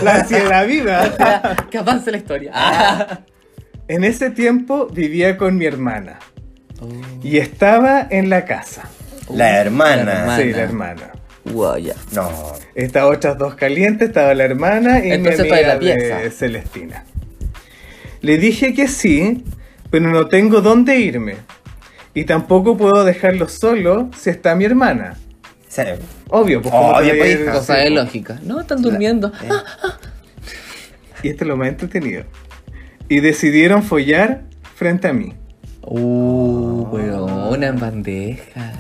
Speaker 2: La ansiedad viva.
Speaker 1: Espera, que avance la historia. Ah.
Speaker 2: En ese tiempo vivía con mi hermana
Speaker 1: Oh.
Speaker 2: y estaba en la casa.
Speaker 3: La hermana.
Speaker 1: La hermana.
Speaker 2: Sí, la hermana.
Speaker 1: Wow, ya.
Speaker 3: No.
Speaker 2: Estas otras dos calientes estaba la hermana y
Speaker 1: Entonces
Speaker 2: mi
Speaker 1: estoy
Speaker 2: amiga
Speaker 1: en la
Speaker 2: de
Speaker 1: pieza.
Speaker 2: Celestina. Le dije que sí, pero no tengo dónde irme. Y tampoco puedo dejarlo solo si está mi hermana.
Speaker 3: Sí.
Speaker 2: Obvio, pues como
Speaker 3: Obvio, pues, hija.
Speaker 1: Cosa de lógica. No, están durmiendo.
Speaker 2: eh.
Speaker 1: Ah,
Speaker 2: Y este es lo más entretenido. Y decidieron follar frente a mí.
Speaker 1: Uh, weona en bandeja.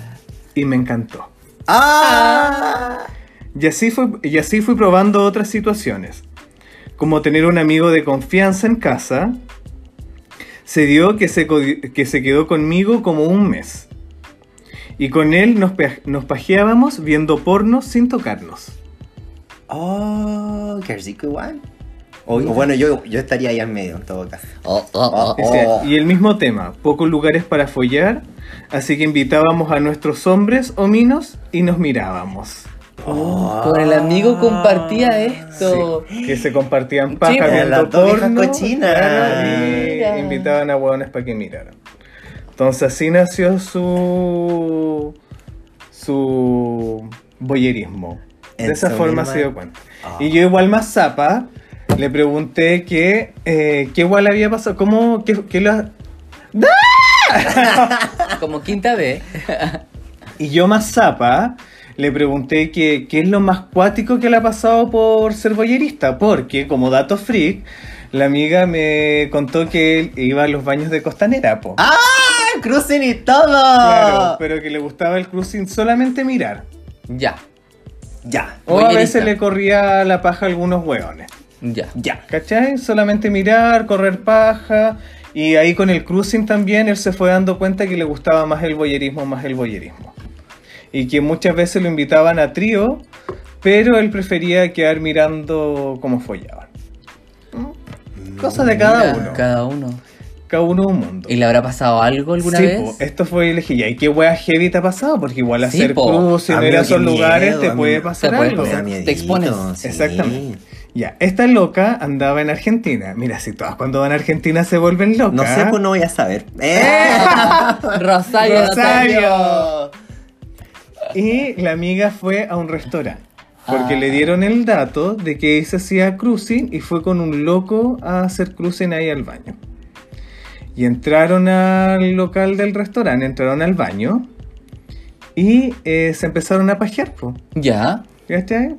Speaker 2: Y me encantó.
Speaker 3: ¡Ah!
Speaker 2: Y así, fue, y así fui probando otras situaciones, como tener un amigo de confianza en casa. Se dio que se, co- que se quedó conmigo como un mes. Y con él nos, pe- nos pajeábamos viendo porno sin tocarnos.
Speaker 3: Oh, qué rico igual. O, o bueno, yo, yo estaría ahí al medio, en todo caso.
Speaker 1: Oh, oh, oh.
Speaker 2: Dice,
Speaker 3: Oh.
Speaker 2: Y el mismo tema, pocos lugares para follar, así que invitábamos a nuestros hombres o minos y nos mirábamos.
Speaker 1: Oh, Uh, Con el amigo compartía ¿eh? esto.
Speaker 2: Sí, que se compartían paja
Speaker 1: Sí, pues.
Speaker 2: viendo
Speaker 3: Las dos viejas
Speaker 2: porno,
Speaker 3: cochinas.
Speaker 2: claro, y
Speaker 1: Mira.
Speaker 2: invitaban a hueones para que miraran. Entonces así nació su su boyerismo. De
Speaker 3: En
Speaker 2: esa
Speaker 3: su
Speaker 2: forma
Speaker 3: misma-
Speaker 2: se dio cuenta.
Speaker 3: Ah.
Speaker 2: Y yo igual más zapa le pregunté que eh, qué igual había pasado, cómo qué, qué la-
Speaker 1: Como quinta vez.
Speaker 2: y yo más zapa le pregunté que qué es lo más cuático que le ha pasado por ser boyerista, porque como dato freak, la amiga me contó que él iba a los baños de Costanera, po.
Speaker 3: ¡Ah! ¡Crucen y todo!
Speaker 2: Claro, pero que le gustaba el cruising solamente mirar.
Speaker 1: Ya,
Speaker 3: Ya,
Speaker 2: O a
Speaker 1: Boyerista.
Speaker 2: veces le corría la paja a algunos hueones.
Speaker 1: ya.
Speaker 3: ya.
Speaker 2: ¿Cachai? Solamente mirar, correr paja. Y ahí con el cruising también él se fue dando cuenta que le gustaba más el boyerismo, más el boyerismo. Y que muchas veces lo invitaban a trío, pero él prefería quedar mirando cómo follaban. Mm, Cosas de cada
Speaker 1: Mira,
Speaker 2: uno.
Speaker 1: Cada uno.
Speaker 2: cada uno un mundo.
Speaker 1: ¿Y le habrá pasado algo alguna
Speaker 2: Sí,
Speaker 1: vez?
Speaker 2: po, esto fue elegible. ¿Y qué wea heavy te ha pasado? Porque igual
Speaker 1: Sí,
Speaker 2: hacer
Speaker 1: po.
Speaker 2: cruces en
Speaker 3: Amigo,
Speaker 2: esos
Speaker 3: qué
Speaker 2: lugares
Speaker 3: miedo,
Speaker 2: te
Speaker 3: amigo.
Speaker 2: puede pasar
Speaker 1: Te puede
Speaker 2: algo.
Speaker 1: pasar.
Speaker 3: miedito,
Speaker 1: te expones.
Speaker 3: sí.
Speaker 2: Exactamente. Ya, esta loca andaba en Argentina. Mira, si todas cuando van a Argentina se vuelven locas.
Speaker 3: No sé, pues no voy a saber.
Speaker 1: [laughs]
Speaker 3: ¡Eh!
Speaker 1: Rosario.
Speaker 2: [laughs] Rosario.
Speaker 1: Rosario.
Speaker 2: Y la amiga fue a un restaurante. Porque
Speaker 1: Ah.
Speaker 2: le dieron el dato de que se hacía cruising y fue con un loco a hacer cruising ahí al baño. Y entraron al local del restaurante, entraron al baño y eh, se empezaron a pajear. po.
Speaker 1: Ya.
Speaker 2: ¿Cachai?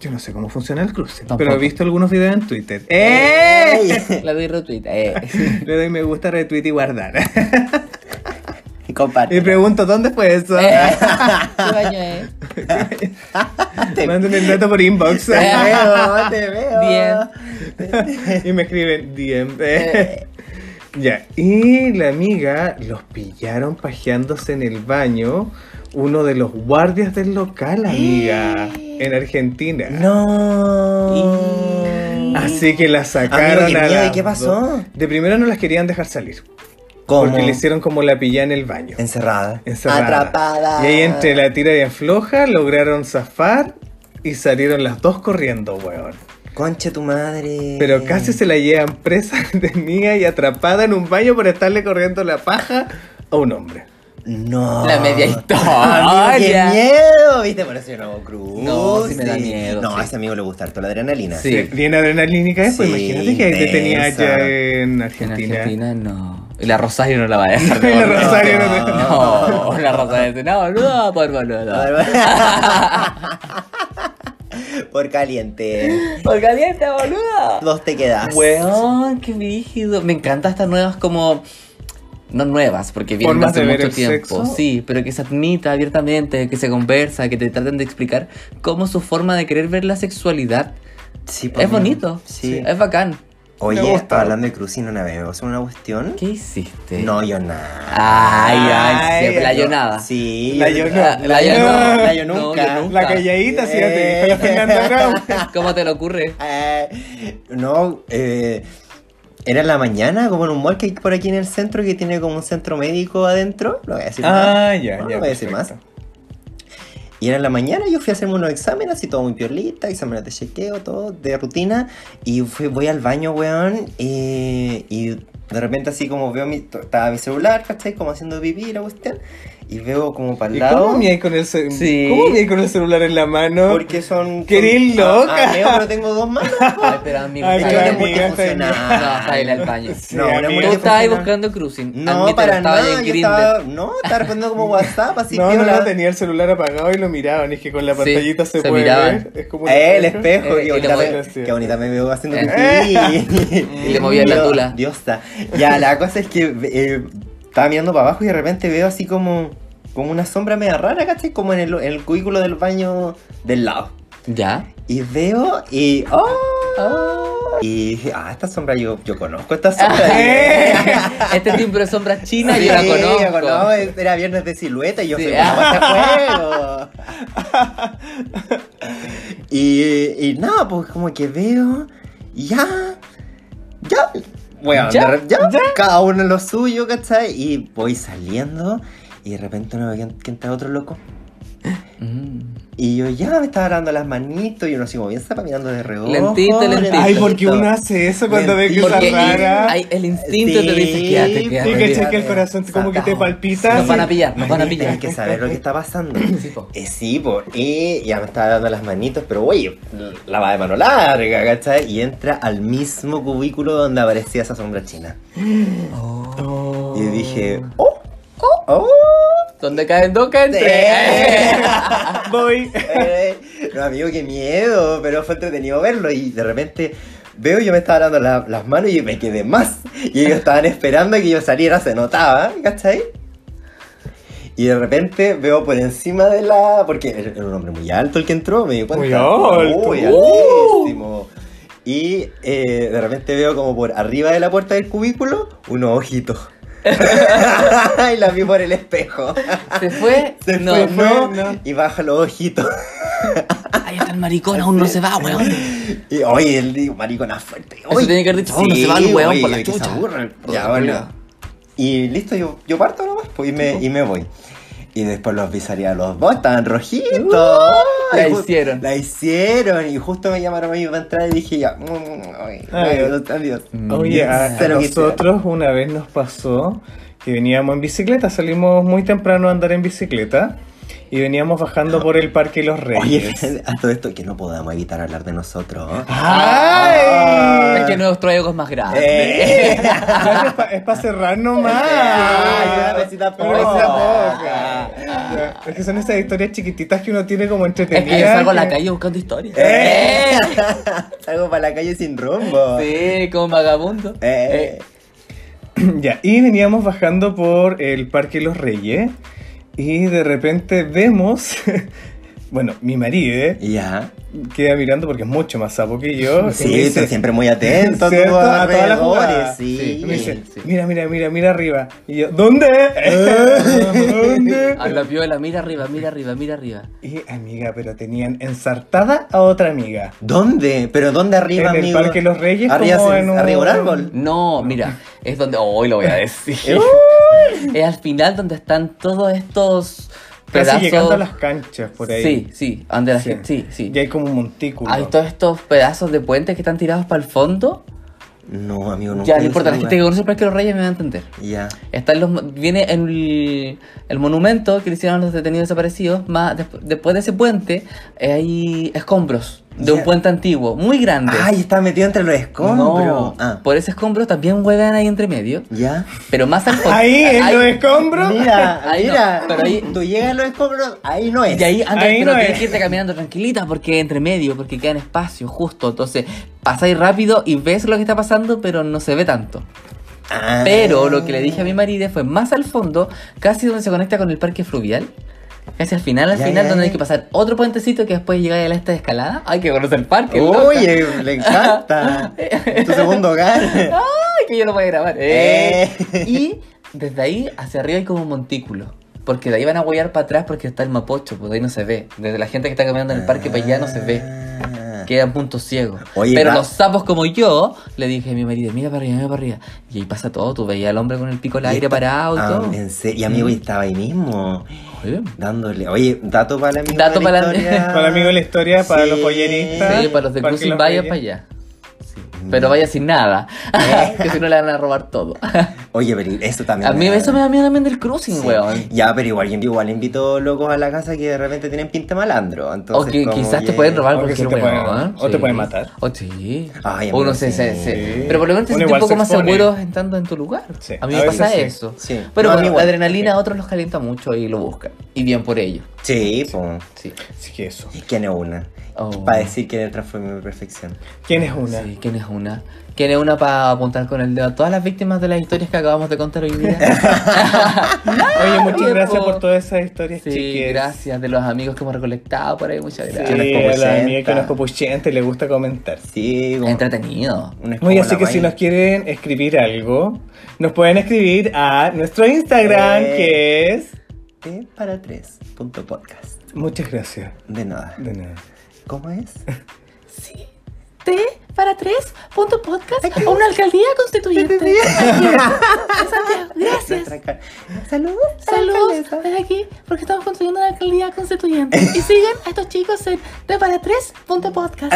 Speaker 2: Yo no sé cómo funciona el cruising, pero
Speaker 1: Tampoco.
Speaker 2: he visto algunos videos en Twitter. ¡Eh!
Speaker 1: La doy retweet.
Speaker 2: [laughs]
Speaker 1: eh. [laughs]
Speaker 2: Le doy me gusta, retweet y guardar. y
Speaker 3: [laughs] Comparte.
Speaker 2: pregunto, ¿dónde fue eso?
Speaker 1: Eh, ¿Qué baño es?
Speaker 2: Manden el dato por inbox.
Speaker 3: Te veo, te veo.
Speaker 1: Bien.
Speaker 2: y me escriben DM.
Speaker 3: Eh.
Speaker 2: [laughs] ya, y la amiga los pillaron pajeándose en el baño uno de los guardias del local,
Speaker 3: [gasps]
Speaker 2: amiga, en Argentina.
Speaker 3: No.
Speaker 2: Así que la sacaron
Speaker 3: Amigo, qué
Speaker 2: a
Speaker 3: miedo,
Speaker 2: las
Speaker 3: ¿y qué pasó?
Speaker 2: dos. De primero no las querían dejar salir.
Speaker 3: ¿Cómo?
Speaker 2: Porque le hicieron como la pilla en el baño.
Speaker 3: Encerrada.
Speaker 2: encerrada.
Speaker 3: Atrapada.
Speaker 2: Y ahí entre la tira y afloja lograron zafar y salieron las dos corriendo, weón.
Speaker 3: Conche tu madre.
Speaker 2: Pero casi se la llevan presa, [laughs] detenida y atrapada en un baño por estarle corriendo la paja a un hombre.
Speaker 3: No.
Speaker 1: La media
Speaker 3: Amigo, Ah. ¡Qué
Speaker 1: historia.
Speaker 3: miedo! ¿Viste? Por eso yo no hago cruz.
Speaker 1: No, sí me da miedo,
Speaker 3: No,
Speaker 1: sí.
Speaker 3: a ese amigo le gusta harto la adrenalina.
Speaker 1: Sí.
Speaker 2: Bien adrenalínica es, pues
Speaker 3: Sí,
Speaker 2: imagínate que ahí detenida
Speaker 3: intensa.
Speaker 2: allá en
Speaker 1: En
Speaker 2: Argentina. [laughs]
Speaker 1: Argentina no. Y la Rosario no la va a dejar.
Speaker 2: Y [laughs] la Rosario no
Speaker 1: no.
Speaker 2: te-
Speaker 1: No, la Rosario dice, no, no, por boludo.
Speaker 3: [laughs] Por caliente.
Speaker 1: Por caliente, boludo.
Speaker 3: Vos te quedás.
Speaker 1: Weón, qué rígido. Me encantan estas nuevas como. No nuevas, porque vienen
Speaker 2: Formas
Speaker 1: hace
Speaker 2: de ver
Speaker 1: mucho
Speaker 2: el
Speaker 1: tiempo.
Speaker 2: sexo.
Speaker 1: Sí, pero que se admita abiertamente, que se conversa, que te traten de explicar cómo su forma de querer ver la sexualidad
Speaker 3: Sí, pues,
Speaker 1: es bonito.
Speaker 3: Sí.
Speaker 1: Es bacán.
Speaker 2: Me
Speaker 3: Oye,
Speaker 2: gusta.
Speaker 3: hablando de cruising una vez, ¿vos una cuestión?
Speaker 1: ¿Qué hiciste?
Speaker 3: No, yo nada.
Speaker 1: Ay,
Speaker 2: Ay,
Speaker 1: ay, siempre la
Speaker 2: yo-
Speaker 1: llonada.
Speaker 3: Sí.
Speaker 2: La
Speaker 3: yo-
Speaker 2: yo no.
Speaker 1: Ah, la yo no,
Speaker 3: la yo nunca.
Speaker 2: La calladita, sí, ya te
Speaker 3: Eh.
Speaker 2: dijo la Fernanda
Speaker 1: [laughs]
Speaker 2: Brown.
Speaker 1: [laughs] ¿Cómo te lo
Speaker 2: [laughs]
Speaker 1: ocurre?
Speaker 3: Eh, no, eh, era en la mañana, como en un mall que hay por aquí en el centro, que tiene como un centro médico adentro. No voy a decir
Speaker 2: Ah,
Speaker 3: nada.
Speaker 2: ya,
Speaker 3: No,
Speaker 2: ya.
Speaker 3: no voy a decir
Speaker 2: perfecto.
Speaker 3: más. Y era en la mañana, yo fui a hacerme unos exámenes, así todo muy piolita, exámenes de chequeo, todo de rutina. Y fui, voy al baño, weón, eh, y de repente así como veo mi, to- estaba mi celular, ¿cachai? Como haciendo pipí la cuestión. Y veo como para
Speaker 2: ¿Y
Speaker 3: el lado.
Speaker 2: cómo miráis con, el ce-
Speaker 1: Sí.
Speaker 2: cómo miráis con el celular en la mano?
Speaker 3: Porque son...
Speaker 2: Querís
Speaker 3: son- ah,
Speaker 2: loca.
Speaker 3: ah, veo, pero tengo
Speaker 2: [laughs]
Speaker 3: dos manos.
Speaker 1: Ay, pero amigo,
Speaker 2: Ay,
Speaker 3: Es
Speaker 1: ¿sabes?
Speaker 3: que
Speaker 2: pero
Speaker 3: una
Speaker 2: amiga,
Speaker 3: multifuncional.
Speaker 1: Ah, No, sale al
Speaker 3: [laughs]
Speaker 1: baño.
Speaker 2: Sí,
Speaker 3: No, una
Speaker 2: amiga.
Speaker 1: Tú
Speaker 3: multifuncional.
Speaker 1: estabas ahí buscando cruising.
Speaker 3: No,
Speaker 1: Admítelo,
Speaker 3: para
Speaker 1: estabas
Speaker 3: nada,
Speaker 1: en
Speaker 3: yo
Speaker 1: Grindr.
Speaker 3: estaba, no, estaba respondiendo como WhatsApp,
Speaker 2: [laughs]
Speaker 3: así
Speaker 2: no, no,
Speaker 3: piola.
Speaker 2: no, tenía el celular apagado y lo miraban. Es que con la
Speaker 1: Sí,
Speaker 2: pantallita se,
Speaker 1: se
Speaker 2: puede
Speaker 1: miraban.
Speaker 2: ver. Es como un
Speaker 3: Eh, el espejo,
Speaker 1: Eh, y
Speaker 3: qué, bonita
Speaker 1: le
Speaker 3: me,
Speaker 2: voy-
Speaker 3: qué bonita me veo haciendo
Speaker 2: Eh.
Speaker 3: pipí.
Speaker 1: [laughs] Y le movía la
Speaker 3: Dios-
Speaker 1: tula.
Speaker 3: Diosa. Ya, la cosa es que eh, estaba mirando para abajo y de repente veo así como, como una sombra media rara, ¿cachai? Como en el, en el cubículo del baño del lado. [laughs]
Speaker 1: ¿Ya?
Speaker 3: Y veo y. ¡Oh! Y dije, ah, esta sombra yo, yo conozco
Speaker 2: [laughs]
Speaker 3: esta sombra.
Speaker 2: Eh.
Speaker 1: Este timbre de sombra china
Speaker 3: Eh. Sí,
Speaker 1: yo la
Speaker 3: yo
Speaker 1: conozco.
Speaker 3: conozco, Era viernes de silueta y yo "Este
Speaker 1: Sí.
Speaker 3: soy bueno
Speaker 1: [laughs]
Speaker 3: para este juego. y, y nada, pues como que veo. y Ya. Ya. Bueno,
Speaker 1: Ya,
Speaker 3: de re- ya, Cada uno en lo suyo, ¿cachai? Y voy saliendo. Y de repente no veo que entra otro loco.
Speaker 1: Mm.
Speaker 3: Y yo ya me estaba agarrando las manitos. Y uno así como bien estaba mirando de reojo.
Speaker 1: Lentito, lentito.
Speaker 2: Ay, porque uno hace eso cuando ve que
Speaker 3: Mentira.
Speaker 2: está
Speaker 1: Porque el,
Speaker 2: rara.
Speaker 1: ay, el instinto te dice,
Speaker 3: Sí,
Speaker 1: quédate, quédate.
Speaker 2: Y
Speaker 3: porque
Speaker 2: caché
Speaker 1: quédate.
Speaker 2: que el corazón como que te palpita.
Speaker 1: Nos van a pillar, nos van a
Speaker 3: Manita,
Speaker 1: pillar.
Speaker 3: Hay que saber lo que está pasando.
Speaker 1: [laughs] Sí, po.
Speaker 3: Eh, sí, po. Y ya me estaba dando las manitos, pero oye, la va de mano larga, ¿cachai? Y entra al mismo cubículo donde aparecía esa sombra china.
Speaker 1: Oh.
Speaker 3: Y dije, ¡oh! ¡oh! ¡oh!
Speaker 1: Donde caen dos, caen
Speaker 3: [laughs]
Speaker 1: tres.
Speaker 3: Eh,
Speaker 2: Voy.
Speaker 3: eh, No, amigo, qué miedo, pero fue entretenido verlo. Y de repente veo, yo me estaba dando la- las manos y me quedé más. Y ellos estaban esperando a que yo saliera, se notaba, ¿cachai? Y de repente veo por encima de la. Porque era era un hombre muy alto el que entró, me di cuenta.
Speaker 2: Muy alto.
Speaker 3: Muy
Speaker 2: Uh.
Speaker 3: altísimo. Y eh, de repente veo como por arriba de la puerta del cubículo unos ojitos. [laughs] y la vi por el espejo.
Speaker 1: Se fue.
Speaker 3: Se
Speaker 1: no,
Speaker 3: fue,
Speaker 1: no.
Speaker 3: no, Y baja los ojitos.
Speaker 1: Ahí está el este maricón, aún no se va, weón.
Speaker 3: Y, oye, el digo, maricona fuerte.
Speaker 1: Eso tiene que haber dicho, "Oh, no se va el weón por la
Speaker 3: que se
Speaker 1: chucha".
Speaker 3: aburra.
Speaker 1: Por
Speaker 3: Ya,
Speaker 1: la
Speaker 3: bueno.
Speaker 1: culiao.
Speaker 3: Y listo, yo, yo parto nomás pues, y, me, y me voy. Y después los visaría a los dos, estaban rojitos.
Speaker 1: Uh, la
Speaker 3: Y ju-
Speaker 1: hicieron.
Speaker 3: La hicieron. Y justo me llamaron a mí para entrar y dije ya. mm, mm, ay,
Speaker 2: Ay,
Speaker 3: adiós, adiós.
Speaker 2: Ah,
Speaker 1: Mm,
Speaker 2: Oye, a, a
Speaker 3: Se lo quisiera.
Speaker 2: nosotros una vez nos pasó que veníamos en bicicleta, salimos muy temprano a andar en bicicleta y veníamos bajando por el Parque Los
Speaker 3: Oye,
Speaker 1: [laughs]
Speaker 2: Reyes.
Speaker 3: [laughs] a todo esto que no podamos evitar hablar de nosotros. ¿eh?
Speaker 1: Ah, Es que
Speaker 2: ¡Ay!
Speaker 1: nuestro ego es más grande.
Speaker 3: Eh.
Speaker 2: Ya Es para cerrar nomás.
Speaker 3: Ay, una recita
Speaker 2: Una recita
Speaker 3: poca.
Speaker 2: poca. Es que son esas historias chiquititas que uno tiene como
Speaker 1: Es
Speaker 2: entretenidas.
Speaker 1: que yo salgo a la
Speaker 2: que-
Speaker 1: calle buscando historias.
Speaker 3: ¡Eh! [laughs] Salgo para la calle sin rumbo.
Speaker 1: Sí, como vagabundo.
Speaker 3: Eh.
Speaker 2: [clears throat] Ya, y veníamos bajando por el Parque Los Reyes y de repente vemos, [laughs] bueno, mi marido
Speaker 3: Ya.
Speaker 2: queda mirando porque es mucho más sapo que yo. y me
Speaker 3: Sí,
Speaker 2: dice,
Speaker 3: estoy siempre muy atento a,
Speaker 2: ¿cierto?
Speaker 3: tus
Speaker 2: a todas las
Speaker 3: alrededores,
Speaker 2: jugadas.
Speaker 3: Sí.
Speaker 2: Y me dice,
Speaker 1: sí.
Speaker 2: mira, mira, mira, mira arriba. Y yo, ¿dónde?
Speaker 3: [laughs]
Speaker 2: ¿Dónde?
Speaker 1: A Ah, la piola, mira arriba, mira arriba, mira arriba.
Speaker 2: Y amiga, pero tenían ensartada a otra amiga.
Speaker 3: ¿Dónde? ¿Pero dónde arriba,
Speaker 2: En el
Speaker 3: amigo?
Speaker 2: Parque Los Reyes,
Speaker 3: Arriba,
Speaker 2: como
Speaker 3: se-
Speaker 2: en un-
Speaker 3: arriba un árbol.
Speaker 1: No, mira, es donde. Hoy lo voy a decir. es al final donde están todos estos
Speaker 2: Casi
Speaker 1: pedazos.
Speaker 2: llegando a las canchas por ahí.
Speaker 1: Sí, sí, donde la gente. Sí, sí.
Speaker 2: Y hay como un montículo.
Speaker 1: Hay todos estos pedazos de puentes que están tirados para el fondo.
Speaker 3: No, amigo, no.
Speaker 1: ya, no importa, la gente que conoce el Parque de los Reyes me va a entender.
Speaker 3: Ya.
Speaker 1: Están los, mo- viene el, el monumento que le hicieron a los detenidos desaparecidos. Más, desp- después de ese puente eh, hay escombros de un
Speaker 3: Ya. Ah,
Speaker 1: puente antiguo, muy grande.
Speaker 3: Ay, está metido entre los escombros.
Speaker 1: No,
Speaker 3: Ah,
Speaker 1: Por ese escombro también huevean ahí entre medio.
Speaker 3: ya.
Speaker 1: Pero más al fondo.
Speaker 2: Ahí, en
Speaker 1: hay-
Speaker 2: los escombros.
Speaker 1: [laughs]
Speaker 3: Mira,
Speaker 1: Ahí no,
Speaker 3: mira.
Speaker 1: pero ahí-
Speaker 3: Tú llegas a los escombros, ahí no es.
Speaker 1: Y ahí andas,
Speaker 2: Ahí
Speaker 1: pero
Speaker 2: no
Speaker 1: tienes
Speaker 2: es.
Speaker 1: que irte caminando tranquilita porque entre medio, porque quedan espacio justo. Entonces, pasáis rápido y ves lo que está pasando, pero no se ve tanto.
Speaker 3: Ah.
Speaker 1: Pero lo que le dije a mi marido fue más al fondo, casi donde se conecta con el parque fluvial. Casi al final, al
Speaker 3: Ya,
Speaker 1: final,
Speaker 3: ya,
Speaker 1: donde
Speaker 3: ya.
Speaker 1: hay que pasar otro puentecito que después llega a la esta de escalada. Hay que conocer el parque. loca.
Speaker 3: Oye,
Speaker 1: [laughs]
Speaker 3: le encanta. tu segundo hogar.
Speaker 1: Ay, [laughs] que yo lo voy a grabar.
Speaker 3: Eh.
Speaker 1: Y desde ahí hacia arriba hay como un montículo. Porque de ahí van a guiar para atrás porque está el mapocho, pues de ahí no se ve. Desde la gente que está caminando en el parque para allá no se ve.
Speaker 3: Ah.
Speaker 1: Quedan puntos ciegos.
Speaker 3: Oye,
Speaker 1: Pero
Speaker 3: va-
Speaker 1: los sapos como yo, le dije a mi marido, mira para arriba, mira para arriba. Y ahí pasa todo, tú veías al hombre con el pico al
Speaker 3: Y
Speaker 1: aire
Speaker 3: esto-
Speaker 1: parado y
Speaker 3: Ah,
Speaker 1: todo. Mm.
Speaker 3: en serio. Y amigo, y estaba ahí mismo.
Speaker 1: Muy bien.
Speaker 3: Dándole. Oye, dato para el amigo.
Speaker 1: Dato [laughs]
Speaker 3: de
Speaker 1: para
Speaker 3: la
Speaker 1: el-
Speaker 3: historia.
Speaker 2: Para el amigo de la historia, para
Speaker 3: Sí.
Speaker 2: los polleristas.
Speaker 1: Sí, para los de
Speaker 2: Parque
Speaker 1: Cruising
Speaker 2: Los
Speaker 1: vaya
Speaker 2: Reyes.
Speaker 1: para allá. Sí.
Speaker 3: Mm.
Speaker 1: Pero vaya sin nada.
Speaker 3: Eh.
Speaker 1: [laughs] que si no le van a robar
Speaker 3: [laughs]
Speaker 1: todo.
Speaker 3: Oye, pero eso también.
Speaker 1: a mí eso me da miedo también del cruising,
Speaker 3: Sí.
Speaker 1: weón.
Speaker 3: Ya, pero igual, yo igual invito locos a la casa que de repente tienen pinta de malandro.
Speaker 1: O
Speaker 3: Entonces,
Speaker 1: que
Speaker 3: como
Speaker 1: quizás te
Speaker 3: que-
Speaker 1: pueden robar
Speaker 2: o que
Speaker 1: cualquier
Speaker 2: sí te
Speaker 1: weón.
Speaker 2: pueden- o te
Speaker 1: sí.
Speaker 2: pueden matar.
Speaker 1: O sí.
Speaker 3: Ay,
Speaker 1: Uno
Speaker 3: amigo,
Speaker 1: se, se,
Speaker 3: sí.
Speaker 1: se- Pero por lo menos te sientes
Speaker 2: Uno
Speaker 1: un
Speaker 2: igual
Speaker 1: poco
Speaker 2: se
Speaker 1: más
Speaker 2: expone.
Speaker 1: seguro estando en tu lugar.
Speaker 2: Sí,
Speaker 1: A mí
Speaker 2: a
Speaker 1: me
Speaker 2: veces
Speaker 1: pasa
Speaker 2: sí.
Speaker 1: eso.
Speaker 3: Sí.
Speaker 1: Pero
Speaker 3: No,
Speaker 1: bueno,
Speaker 3: a mí
Speaker 1: la
Speaker 3: igual.
Speaker 1: adrenalina a otros los calienta mucho y lo buscan. Y bien por ello.
Speaker 3: Sí, pues.
Speaker 1: Sí.
Speaker 2: Sí, que eso.
Speaker 3: ¿Quién es una?
Speaker 1: Oh.
Speaker 3: Para decir que detrás fue mi perfección.
Speaker 2: ¿Quién es una?
Speaker 1: Sí, ¿quién es una? ¿Quién es una para apuntar con el dedo a todas las víctimas de las historias que acabamos de contar hoy día?
Speaker 2: Oye, muchas
Speaker 1: tiempo.
Speaker 2: gracias por todas esas historias,
Speaker 1: Ah, Sí,
Speaker 2: chiquillas.
Speaker 1: gracias de los amigos que hemos recolectado por ahí, muchas
Speaker 2: Sí,
Speaker 1: gracias.
Speaker 2: a la amiga que nos
Speaker 3: Copuchenta.
Speaker 2: copuchenta y le gusta comentar.
Speaker 3: Sí, como.
Speaker 1: Entretenido.
Speaker 3: una es como
Speaker 2: Muy así
Speaker 3: la
Speaker 2: que si
Speaker 3: vaina.
Speaker 2: nos quieren escribir algo, nos pueden escribir a nuestro Instagram
Speaker 3: Eh.
Speaker 2: que es...
Speaker 3: T para tres punto podcast.
Speaker 2: Muchas gracias.
Speaker 3: De nada.
Speaker 2: De nada. [laughs]
Speaker 3: ¿Cómo es?
Speaker 1: Sí. T para tres punto podcast o una alcaldía constituyente.
Speaker 3: [laughs] Nuestra ca- Saludos.
Speaker 4: Saludos
Speaker 3: alcaldesa.
Speaker 4: desde aquí porque estamos construyendo una alcaldía constituyente. Y sigan a estos chicos en T para 3. Podcast.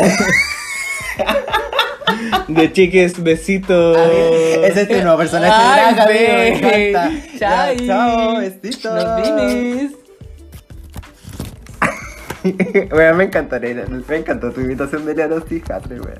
Speaker 2: De chiques, besitos.
Speaker 3: Ese es tu nuevo personaje.
Speaker 1: Ay,
Speaker 3: Gracias, amigo, me
Speaker 1: ve.
Speaker 3: encanta.
Speaker 1: Chai.
Speaker 3: Ya, Chao, besitos.
Speaker 1: Nos vimos.
Speaker 3: [laughs] Weón, me encantaría, me encantó tu invitación de Leana Cijatre, weón.